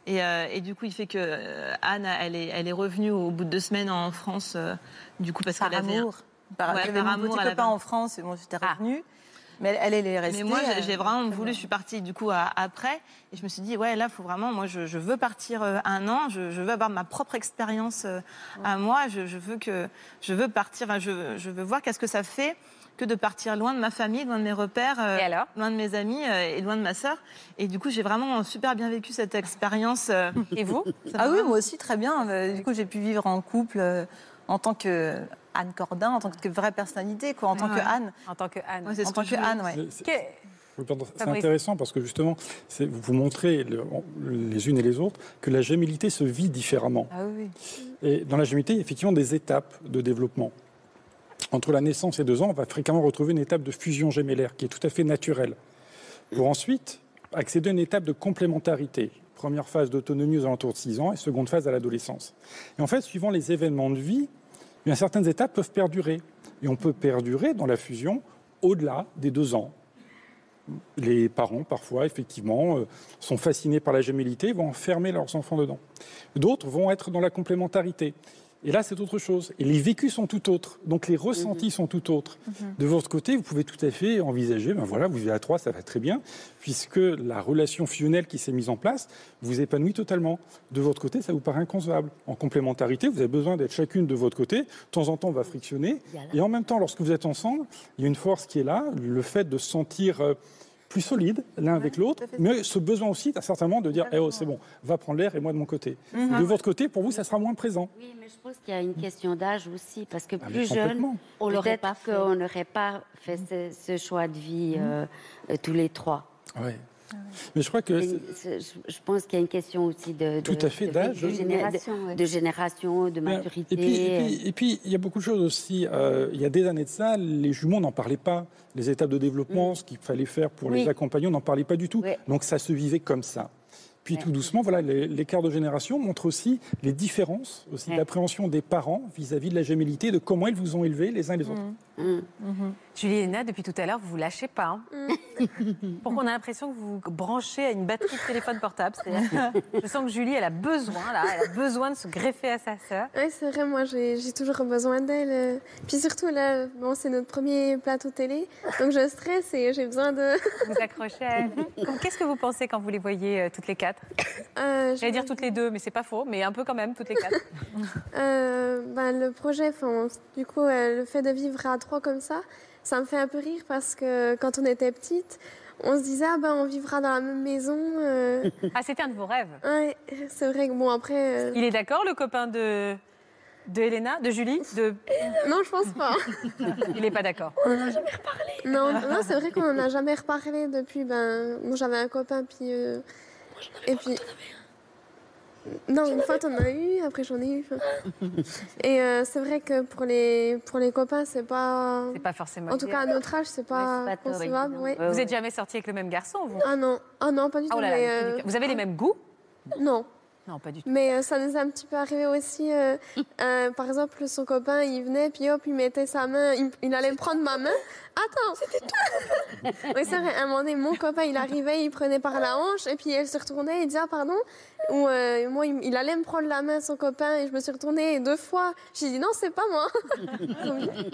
Et, euh, et du coup, il fait que euh, Anne, elle est, elle est revenue au bout de deux semaines en France, euh, du coup, parce
par
qu'elle avait.
amour. Par,
Ouais,
il y avait
par
mon
amour,
petit
elle
copain
avait-
en France, et bon, j'étais
Ah.
revenue. Mais elle, elle est restée.
Mais moi, j'ai-
euh,
j'ai vraiment
très
voulu,
bien.
je suis partie du coup à- après, et je me suis dit, ouais, là, faut vraiment, moi, je, je veux partir euh, un an, je, je veux avoir ma propre expérience euh, à moi, je, je veux que, je veux partir, enfin, je, je veux voir qu'est-ce que ça fait que de partir loin de ma famille, loin de mes repères, euh,
Et alors
loin de mes amis euh, et loin de ma sœur. Et du coup, j'ai vraiment super bien vécu cette expérience. euh,
Et
[laughs]
vous
Ah oui, moi aussi, très bien. Euh, Du coup, j'ai pu vivre en couple euh, en tant que euh, Anne Cordin, en tant que vraie personnalité, quoi, en tant que
ouais.
Anne.
En tant que Anne.
Ouais, c'est
En
ce
tant
que
que
je voulais
Anne, ouais.
C'est- c'est-
Que-
Oui, pardon, C'est
Fabrice.
intéressant parce que justement, c'est- vous vous montrez le- les unes et les autres que la gémilité se vit différemment.
Ah oui.
Et dans la gémilité, il y a effectivement des étapes de développement. Entre la naissance et deux ans, on va fréquemment retrouver une étape de fusion gémellaire qui est tout à fait naturelle. Pour ensuite accéder à une étape de complémentarité. Première phase d'autonomie aux alentours de 6 ans et seconde phase à l'adolescence. Et en fait, suivant les événements de vie, eh bien, certaines étapes peuvent perdurer. Et on peut perdurer dans la fusion au-delà des deux ans. Les parents, parfois, effectivement, euh, sont fascinés par la gémellité, vont enfermer leurs enfants dedans. D'autres vont être dans la complémentarité. Et là, c'est autre chose. Et les vécus sont tout autres. Donc les ressentis sont tout autres. De votre côté, vous pouvez tout à fait envisager, ben voilà, vous vivez à trois, ça va très bien, puisque la relation fusionnelle qui s'est mise en place vous épanouit totalement. De votre côté, ça vous paraît inconcevable. En complémentarité, vous avez besoin d'être chacune de votre côté. De temps en temps, on va frictionner. Et en même temps, lorsque vous êtes ensemble, il y a une force qui est là, le fait de se sentir euh, plus solide l'un avec l'autre, mais ce besoin aussi, certainement, de dire, eh oh, c'est bon, va prendre l'air et moi de mon côté.
Mm-hmm.
De votre côté, pour vous, ça sera moins présent.
Oui, mais je pense qu'il y a une question d'âge aussi, parce que
Ah, mais
plus jeune,
complètement.
On l'aurait
peut-être
pas fait. Mm-hmm.
qu'on n'aurait pas fait ce, ce choix de vie euh, euh, tous les trois.
Ouais.
Ah
Mais je crois que
Et c'est- je, je pense qu'il y a une question aussi de, de-
Euh, Tout à fait,
de-
d'âge.
de, génération,
Génération, ouais.
de, de génération, de
Bien.
maturité. euh,
Et puis, et puis- et puis, il y a beaucoup de choses aussi. Euh, il y a des années de ça, les jumeaux n'en parlaient pas. Les étapes de développement, ce qu'il fallait faire pour les
Mm. Oui.
accompagner, on n'en parlait pas du tout.
Ouais.
Donc ça se vivait comme ça. Puis tout doucement, voilà, les- l'écart de génération montre aussi les différences aussi
Ouais. Mm.
d'appréhension des parents vis-à-vis de la gémellité, de comment ils vous ont élevés les uns et les autres.
Julie et Léna, depuis tout à l'heure, vous vous lâchez pas. hein. [laughs] Pourquoi on a l'impression que vous vous branchez à une batterie de téléphone portable c'est-à-dire que
[laughs]
Je sens que Julie, elle a besoin, là, elle a besoin de se greffer à sa sœur.
Oui, c'est vrai, moi j'ai j'ai toujours besoin d'elle. euh. Puis surtout là, bon, c'est notre premier plateau télé, donc je stresse et j'ai besoin de. [laughs]
Vous accrochez à elle. Qu'est-ce que vous pensez quand vous les voyez euh, toutes les quatre
Euh, je
J'allais dire toutes les deux, mais c'est pas faux, mais un peu quand même, toutes les quatre.
[laughs] Euh, ben, le projet, enfin, du coup, euh, le fait de vivre à trois comme ça, ça me fait un peu rire parce que quand on était petite, on se disait, ah ben, on vivra dans la même maison.
[laughs]
euh.
Ah, c'était un de vos rêves.
Ouais, c'est vrai que bon, après. euh,
Il est d'accord, le copain de. De Elena, de Julie, de...
Non, je pense pas.
il n'est pas d'accord.
Non, non c'est vrai qu'on n'en a jamais reparlé depuis. Ben, bon, j'avais un copain, puis. euh, et puis. Non, une fois t'en as eu, après j'en ai eu. enfin.
[laughs]
Et euh, c'est vrai que pour les, pour les copains, c'est pas.
C'est pas forcément.
En tout cas, à notre âge, c'est pas,
pas terrible,
concevable.
non.
ouais.
Vous n'êtes jamais sorti avec le même garçon, vous
Ah Euh, non, ah non, pas du
Ah,
tout.
oh là là,
mais,
mais
euh,
c'est du- Vous avez les mêmes goûts
non,
Non, pas du tout.
mais euh, ça nous est un petit peu arrivé aussi. euh, euh, par exemple, son copain, il venait, puis hop, il mettait sa main, il, il allait prendre ma main. Attends C'était toi [laughs] Oui, c'est vrai, à un moment donné, mon copain, il arrivait, il prenait par la hanche, et puis elle se retournait, il disait ah, pardon. Ou euh, moi, il, il allait me prendre la main, son copain, et je me suis retournée deux fois. J'ai dit non, c'est pas moi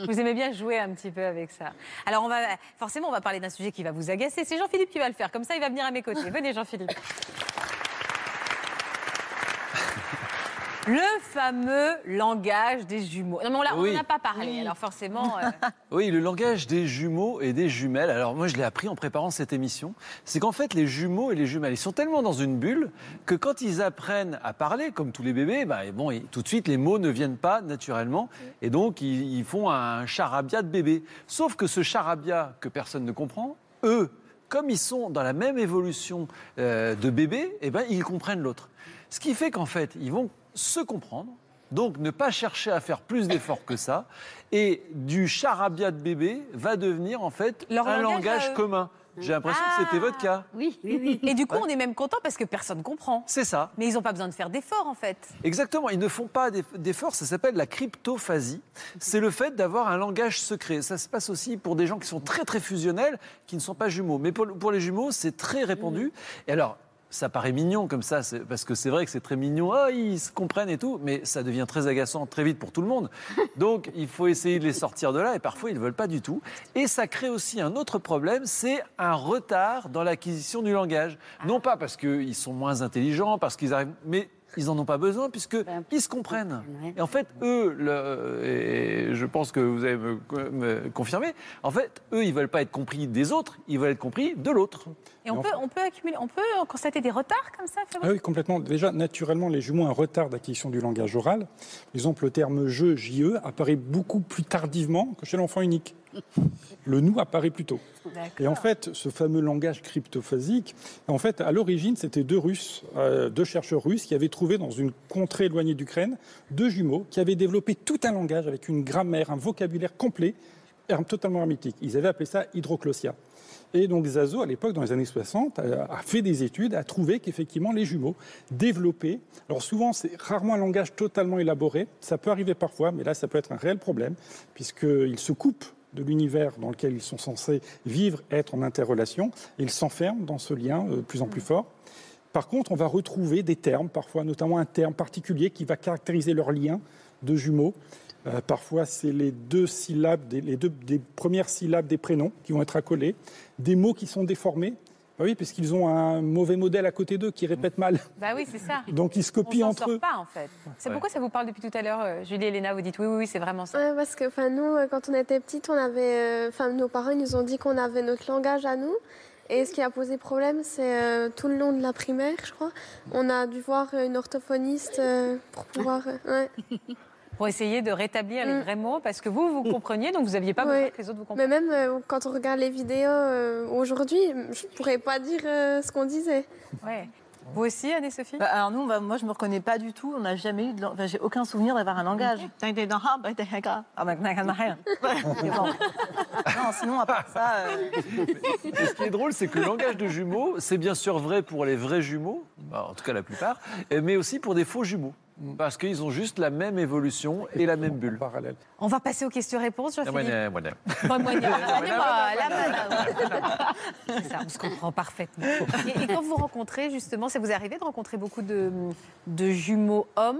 Vous aimez bien jouer un petit peu avec ça. Alors, on va, forcément, on va parler d'un sujet qui va vous agacer. C'est Jean-Philippe qui va le faire. Comme ça, il va venir à mes côtés. Venez, Jean-Philippe. Le fameux langage des jumeaux. Non, mais on l'a- on
Oui.
n'en a pas parlé. Alors, forcément,
[laughs]
euh,
Oui, le langage des jumeaux et des jumelles. Alors moi, je l'ai appris en préparant cette émission. C'est qu'en fait, les jumeaux et les jumelles, ils sont tellement dans une bulle que quand ils apprennent à parler, comme tous les bébés, bah, et bon, et tout de suite, les mots ne viennent pas naturellement. Et donc, ils, ils font un charabia de bébé. Sauf que ce charabia que personne ne comprend, eux, comme ils sont dans la même évolution euh, de bébé, eh ben, ils comprennent l'autre. Ce qui fait qu'en fait, ils vont se comprendre, donc ne pas chercher à faire plus d'efforts que ça, et du charabia de bébé va devenir en fait
Leur
un
langage à
langage
eux.
commun. J'ai l'impression
Ah.
que c'était votre cas.
Oui, oui, oui.
Et du coup, on est même content parce que personne comprend.
C'est ça.
Mais ils n'ont pas besoin de faire d'efforts, en fait.
Exactement, ils ne font pas d'eff- d'efforts, ça s'appelle la cryptophasie. C'est le fait d'avoir un langage secret. Ça se passe aussi pour des gens qui sont très très fusionnels, qui ne sont pas jumeaux. Mais pour, pour les jumeaux, c'est très répandu. Et alors, ça paraît mignon comme ça, c'est- parce que c'est vrai que c'est très mignon, ah, ils se comprennent et tout, mais ça devient très agaçant très vite pour tout le monde. Donc, il faut essayer de les sortir de là, et parfois, ils ne veulent pas du tout. Et ça crée aussi un autre problème, c'est un retard dans l'acquisition du langage. Non pas parce qu'ils sont moins intelligents, parce qu'ils arrivent, mais ils n'en ont pas besoin puisque ils se comprennent.
ouais.
Et en fait, eux, le- euh, et je pense que vous allez me, me confirmer, en fait, eux, ils veulent pas être compris des autres, ils veulent être compris de l'autre.
Et on
Mais
peut, on peut accumuler, on peut constater des retards comme ça, Fabrice
Ah oui, complètement. Déjà, naturellement, les jumeaux ont un retard d'acquisition du langage oral. Par exemple, le terme je, JE, apparaît beaucoup plus tardivement que chez l'enfant unique. Le nous apparaît plus tôt. Et en fait, ce fameux langage cryptophasique, en fait, à l'origine, c'était deux Russes, euh, deux chercheurs russes qui avaient trouvé dans une contrée éloignée d'Ukraine deux jumeaux qui avaient développé tout un langage avec une grammaire, un vocabulaire complet, herbe totalement hermétique. Ils avaient appelé ça hydroclosia. Et donc Zazo, à l'époque, dans les années 60, a a fait des études, a trouvé qu'effectivement les jumeaux développaient. Alors souvent, c'est rarement un langage totalement élaboré. Ça peut arriver parfois, mais là, ça peut être un réel problème, puisqu'ils se coupent de l'univers dans lequel ils sont censés vivre, être en interrelation. et Ils s'enferment dans ce lien euh, de plus en plus fort. Par contre, on va retrouver des termes, parfois notamment un terme particulier qui va caractériser leur lien de jumeaux. Euh, parfois, c'est les deux syllabes, des, les deux des premières syllabes des prénoms qui vont être accolées, des mots qui sont déformés. Bah oui, puisqu'ils ont un mauvais modèle à côté d'eux qui répète mal.
Bah oui, c'est ça.
Donc ils se
On
copient
s'en
entre
sort
eux.
pas, en fait. C'est
Ouais.
pourquoi ça vous parle depuis tout à l'heure, euh, Julie et Elena, vous dites oui, oui, oui, c'est vraiment ça.
Ouais, parce que enfin nous, euh, quand on était petites, on avait, euh, enfin nos parents ils nous ont dit qu'on avait notre langage à nous. Et ce qui a posé problème, c'est euh, tout le long de la primaire, je crois, on a dû voir euh, une orthophoniste euh, pour pouvoir. euh, ouais.
Pour essayer de rétablir les
Mm.
vrais mots, parce que vous, vous compreniez, donc vous n'aviez pas besoin
Ouais.
que les autres vous comprennent.
Mais même euh, quand on regarde les vidéos euh, aujourd'hui, je pourrais pas dire euh, ce qu'on disait.
Ouais. Vous aussi, Anne-Sophie
Bah, alors nous, on va- moi, je me reconnais pas du tout. On n'a jamais eu de, lang- enfin, j'ai aucun souvenir d'avoir un langage.
T'as été dans Ah, bah, t'as grave.
Ah, bah, bah, bah, rien.
C'est bon. non, sinon à part ça, euh,
Et ce qui est drôle, c'est que le langage de jumeaux, c'est bien sûr vrai pour les vrais jumeaux, bah, en tout cas la plupart, et- mais euh, aussi pour des faux jumeaux. Parce qu'ils ont juste la même évolution et la même bulle.
Parallèle.
On va passer aux questions-réponses,
Ah,
Jean-Philippe.
ouais, ouais, ouais.
Pas
[laughs]
moyen. Ah, non, la madame. C'est ça, on se comprend parfaitement. Et, et quand vous rencontrez, justement, ça vous est arrivé de rencontrer beaucoup de, de jumeaux hommes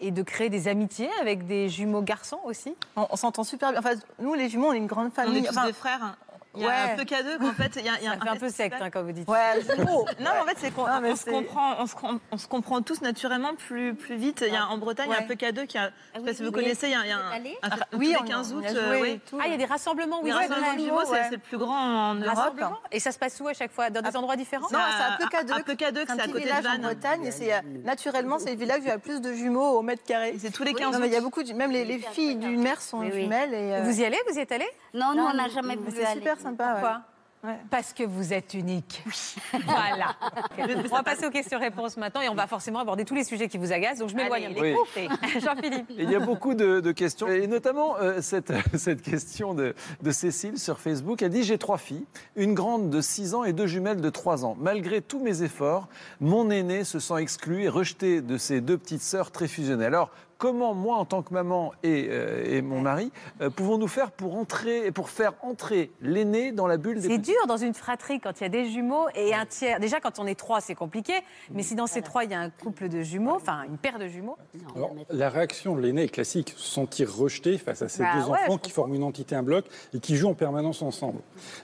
et de créer des amitiés avec des jumeaux garçons aussi
On, on s'entend super bien. Enfin, nous, les jumeaux, [laughs] on est une grande
On
famille.
est tous
Enfin,
des frères. hein. Il y a
ouais.
peu qu'à deux qu'en fait. Il y a, il y a
Ça fait un peu secte hein, quand vous dites.
Ouais,
[laughs]
jumeaux.
Non, mais en fait, c'est qu'on
Non, mais
on se
c'est-
comprend, on se, com- on se comprend tous naturellement plus, plus vite. Il y a, en Bretagne, il y a
Ouais.
un peu qu'à deux qui a. Je sais pas
Ah oui,
si vous
oui.
connaissez, il y a, il y a
Vous
un.
êtes allés
un- un-
Ah, Oui,
tous
on-
les 15
on
août.
a joué
euh, oui.
et tout.
Ah, il y a des rassemblements, oui.
Les
voilà.
rassemblements de
ouais.
jumeaux, c'est
Ouais.
c'est le plus grand en Europe.
Rassemblements. Et ça se passe où à chaque fois Dans des
Ah.
endroits différents
Non, c'est à
à-
Peu-Cadeux.
à Peu-Cadeux,
C'est un
c'est à
petit
côté de
village en
Vannes.
Bretagne et c'est euh, naturellement c'est le village où il y a le plus de jumeaux au mètre carré.
Et c'est tous les
Oui,
15
non, mais il y a
août.
beaucoup de- même les, hein. les filles d'une mère sont
Oui, oui.
jumelles et euh,
Vous y allez Vous y êtes allé
Non, nous,
non,
on n'a
mais-
jamais
mais
voulu
C'est
aller.
super sympa. ouais.
Pourquoi
Ouais.
Parce que vous êtes unique. [laughs] Voilà. On va passer aux questions-réponses maintenant et on va forcément aborder tous les sujets qui vous agacent. Donc je m'éloigne.
Allez,
un petit peu. [laughs] Jean-Philippe.
Et Il y a beaucoup de, de questions, et notamment euh, cette, [laughs] cette question de, de Cécile sur Facebook. Elle dit J'ai trois filles, une grande de 6 ans et deux jumelles de 3 ans. Malgré tous mes efforts, mon aînée se sent exclue et rejetée de ses deux petites sœurs très fusionnées. Alors, comment, moi, en tant que maman et, euh, et mon mari, euh, pouvons-nous faire pour, entrer, pour faire entrer l'aînée dans la bulle des
C'est
petits
dur dans une fratrie quand il y a des jumeaux et un tiers. Déjà, quand on est trois, c'est compliqué. Mais si dans ces trois, il y a un couple de jumeaux, enfin une paire de jumeaux,
Alors, la réaction de l'aîné est classique, se sentir rejeté face à ses
Bah
deux
ouais,
enfants
je
qui forment une entité, un bloc, et qui jouent en permanence ensemble.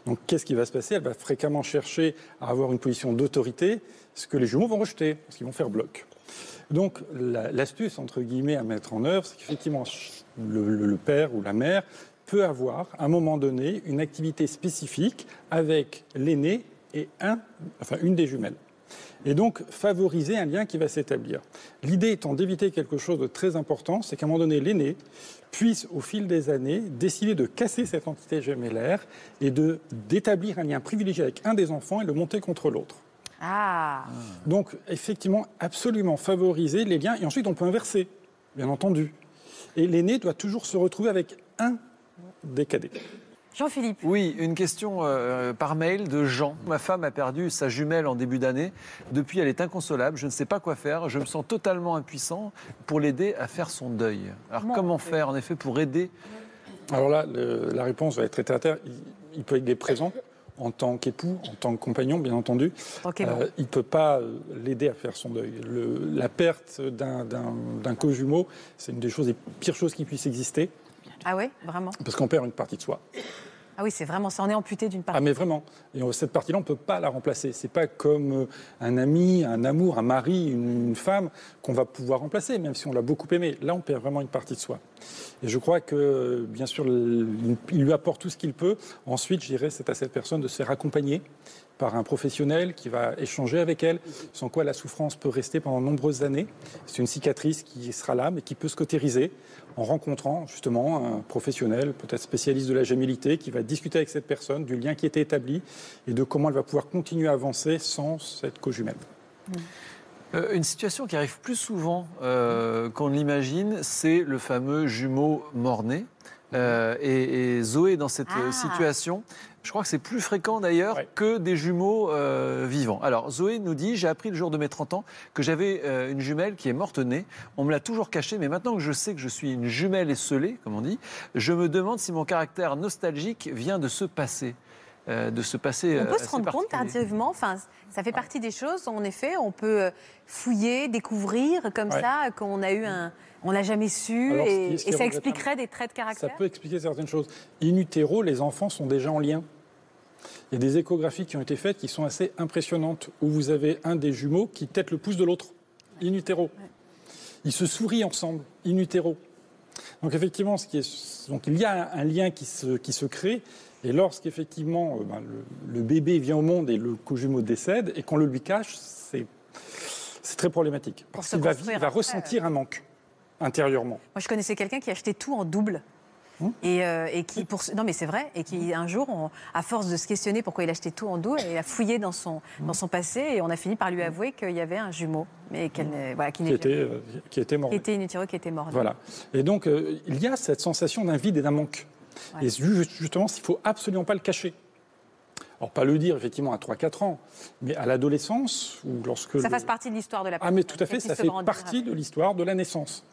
Donc qu'est-ce qui va se passer Elle va fréquemment chercher à avoir une position d'autorité, ce que les jumeaux vont rejeter, parce qu'ils vont faire bloc. Donc la- l'astuce, entre guillemets, à mettre en œuvre, c'est qu'effectivement, ch- le, le- le père ou la mère peut avoir, à un moment donné, une activité spécifique avec l'aîné et un, enfin, une des jumelles et donc favoriser un lien qui va s'établir. L'idée étant d'éviter quelque chose de très important, c'est qu'à un moment donné, l'aîné puisse, au fil des années, décider de casser cette entité gémellaire et de d'établir un lien privilégié avec un des enfants et le monter contre l'autre.
ah,
Donc, effectivement, absolument favoriser les liens. Et ensuite, on peut inverser, bien entendu. Et l'aîné doit toujours se retrouver avec un des cadets.
Jean-Philippe.
Oui, une question euh, par mail de Jean. Ma femme a perdu sa jumelle en début d'année. Depuis, elle est inconsolable. Je ne sais pas quoi faire. Je me sens totalement impuissant pour l'aider à faire son deuil. Alors, comment faire, en effet, pour aider
Alors là, le- la réponse va être très terre à terre. Il, il peut être présent en tant qu'époux, en tant que compagnon, bien entendu.
Ok,
Euh, il ne peut pas euh, l'aider à faire son deuil. Le- la perte d'un- d'un d'un co-jumeau, c'est une des choses, des pires choses qui puissent exister,
Ah oui, vraiment.
parce qu'on perd une partie de soi.
Ah oui, c'est vraiment ça. On est amputé d'une part.
Ah mais vraiment, et on- cette partie-là, on ne peut pas la remplacer. C'est pas comme euh, un ami, un amour, un mari, une, une femme qu'on va pouvoir remplacer, même si on l'a beaucoup aimé. Là, on perd vraiment une partie de soi. Et je crois que, euh, bien sûr, l- il lui apporte tout ce qu'il peut. Ensuite, je dirais, c'est à cette personne de se faire accompagner par un professionnel qui va échanger avec elle, sans quoi la souffrance peut rester pendant de nombreuses années. C'est une cicatrice qui sera là, mais qui peut se cautériser en rencontrant justement un professionnel, peut-être spécialiste de la gémilité, qui va discuter avec cette personne du lien qui était établi et de comment elle va pouvoir continuer à avancer sans cette cojumelle.
Euh, Une situation qui arrive plus souvent euh, qu'on ne l'imagine, c'est le fameux jumeau mort-né. Euh, et, et Zoé, dans cette euh,
Ah.
situation, je crois que c'est plus fréquent d'ailleurs
Ouais.
que des jumeaux euh, vivants. Alors, Zoé nous dit J'ai appris le jour de mes 30 ans que j'avais euh, une jumelle qui est morte née. On me l'a toujours cachée, mais maintenant que je sais que je suis une jumelle et esselée, comme on dit, je me demande si mon caractère nostalgique vient de se passer. euh, de se passer
On peut se rendre compte hein, tardivement, enfin, ça fait partie des choses, en effet, on peut euh, fouiller, découvrir comme
Ouais.
ça qu'on a eu un... On l'a jamais su
Alors, ce qui-
et,
ce qui
et
est
ça
regrettable-
expliquerait des traits de
Ça
caractère.
peut expliquer certaines choses. In utero, les enfants sont déjà en lien. Il y a des échographies qui ont été faites qui sont assez impressionnantes, où vous avez un des jumeaux qui tête le pouce de l'autre, in utero. Ils se sourient ensemble, in utero. Donc effectivement, ce qui est- donc, il y a un, un lien qui se, qui se crée, et lorsqu'effectivement euh, ben, le, le bébé vient au monde et le co-jumeau décède, et qu'on le lui cache, c'est c'est très problématique, parce
se
qu'il va,
construire
il va
après, euh.
ressentir un manque intérieurement.
Moi, je connaissais quelqu'un qui achetait tout en double.
Hein
Et, euh, et qui pour non mais c'est vrai et qui un jour on- à force de se questionner pourquoi il achetait tout en double il a fouillé dans son
Hein
dans son passé et on a fini par lui avouer qu'il y avait un jumeau
Hein
mais qu'elle n'est- voilà, qui
qui
n'est-
était, euh, qui était mort.
qui était inutile qui était mort
Voilà. Et donc, euh, il y a cette sensation d'un vide et d'un manque.
Ouais.
Et ju- justement, il ne faut absolument pas le cacher. alors pas le dire effectivement à 3-4 ans, mais à l'adolescence ou lorsque...
Ça
le-
fasse partie de l'histoire de la
ah
personne.
mais tout à fait,
qu'elle
ça
puisse se
fait
grandir
partie
avec.
de l'histoire de la naissance.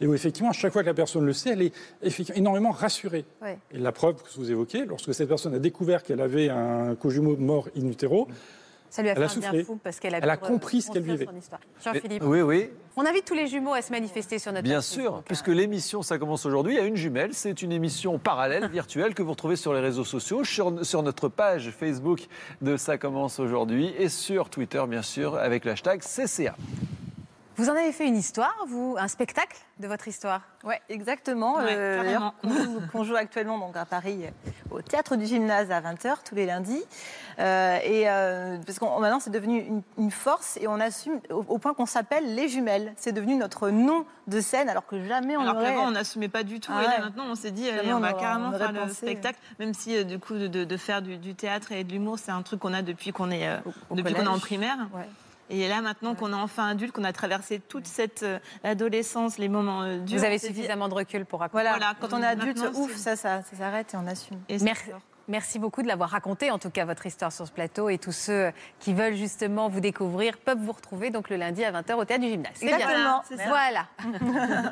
Et où effectivement, à chaque fois que la personne le sait, elle est effectivement énormément rassurée.
Ouais.
Et la preuve que vous évoquez, lorsque cette personne a découvert qu'elle avait un cojumeau mort in utero,
Ça lui a
Elle
fait
a
un bien
soufflé.
fou parce qu'elle a,
Elle a
pu, euh,
compris ce qu'elle
construire
vivait. euh,
son histoire. Jean-Philippe,
Oui, oui,
on invite tous les jumeaux à se manifester sur notre
bien
page
sûr,
Facebook, hein.
puisque l'émission, ça commence aujourd'hui, à une jumelle. C'est une émission parallèle, virtuelle, que vous retrouvez sur les réseaux sociaux, sur, sur notre page Facebook de Ça commence aujourd'hui et sur Twitter, bien sûr, avec l'hashtag CCA.
Vous en avez fait une histoire, vous, un spectacle de votre histoire
Ouais, exactement.
Ouais,
Euh, [laughs]
carrément.
d'ailleurs, qu'on joue- qu'on joue actuellement donc, à Paris euh, au Théâtre du Gymnase à 20h tous les lundis. Euh, et euh, parce qu'on maintenant c'est devenu une, une force et on assume au, au point qu'on s'appelle les jumelles. C'est devenu notre nom de scène alors que jamais on
Alors
aurait.
qu'avant, on n'assumait pas du tout.
Ah
et là,
ouais.
maintenant, on s'est dit, allez,
Jamais
on,
on
va
aurait-
carrément
on aurait
faire le
pensé. hein.
spectacle. Même si, euh, du coup, de, de- de faire du, du théâtre et de l'humour, c'est un truc qu'on a depuis qu'on est, euh,
au
depuis qu'on est en
collège.
primaire.
Ouais.
Et là, maintenant qu'on est enfin adulte, qu'on a traversé toute cette euh, adolescence, les moments euh, durs.
Vous
on
avez
s'est dit,
suffisamment de recul pour raconter.
Voilà, Mmh.
Voilà,
quand
on-
on est adulte,
maintenant,
ouf,
c'est-
ça, ça, ça s'arrête et on assume.
et c'est
Merci.
fort.
Merci beaucoup de l'avoir raconté, en tout cas, votre histoire sur ce plateau. Et tous ceux qui veulent justement vous découvrir peuvent vous retrouver donc le lundi à 20h au Théâtre du Gymnase. C'est bien.
Exactement,
c'est ça.
Voilà. [laughs]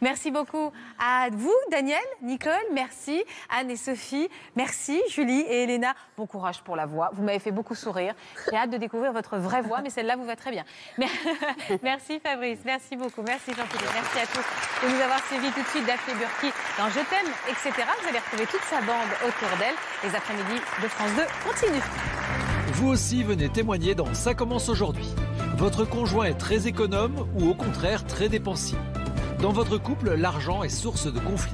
merci beaucoup à vous, Daniel, Nicole, merci. Anne et Sophie, merci. Julie et Elena, bon courage pour la voix. Vous m'avez fait beaucoup sourire. J'ai hâte de découvrir votre vraie voix, mais celle-là vous va très bien. Mer- [laughs] merci Fabrice, merci beaucoup. Merci Jean-Philippe, merci à tous de nous avoir suivis tout de suite. Daphné Burki dans Je t'aime, etc. Vous allez retrouver toute sa bande autour d'elle. Les après-midi de France 2 continuent.
Vous aussi venez témoigner dans Ça commence aujourd'hui. Votre conjoint est très économe ou au contraire très dépensier. Dans votre couple, l'argent est source de conflits.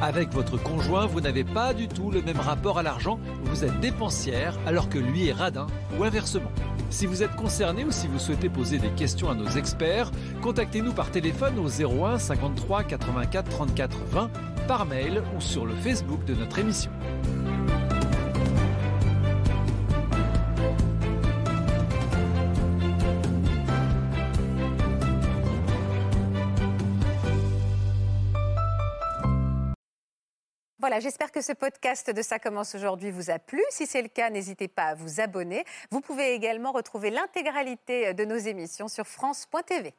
Avec votre conjoint, vous n'avez pas du tout le même rapport à l'argent. Vous êtes dépensière alors que lui est radin ou inversement. Si vous êtes concerné ou si vous souhaitez poser des questions à nos experts, contactez-nous par téléphone au 01 53 84 34 20, par mail ou sur le Facebook de notre émission.
Voilà, j'espère que ce podcast de Ça commence aujourd'hui vous a plu. Si c'est le cas, n'hésitez pas à vous abonner. Vous pouvez également retrouver l'intégralité de nos émissions sur France.tv.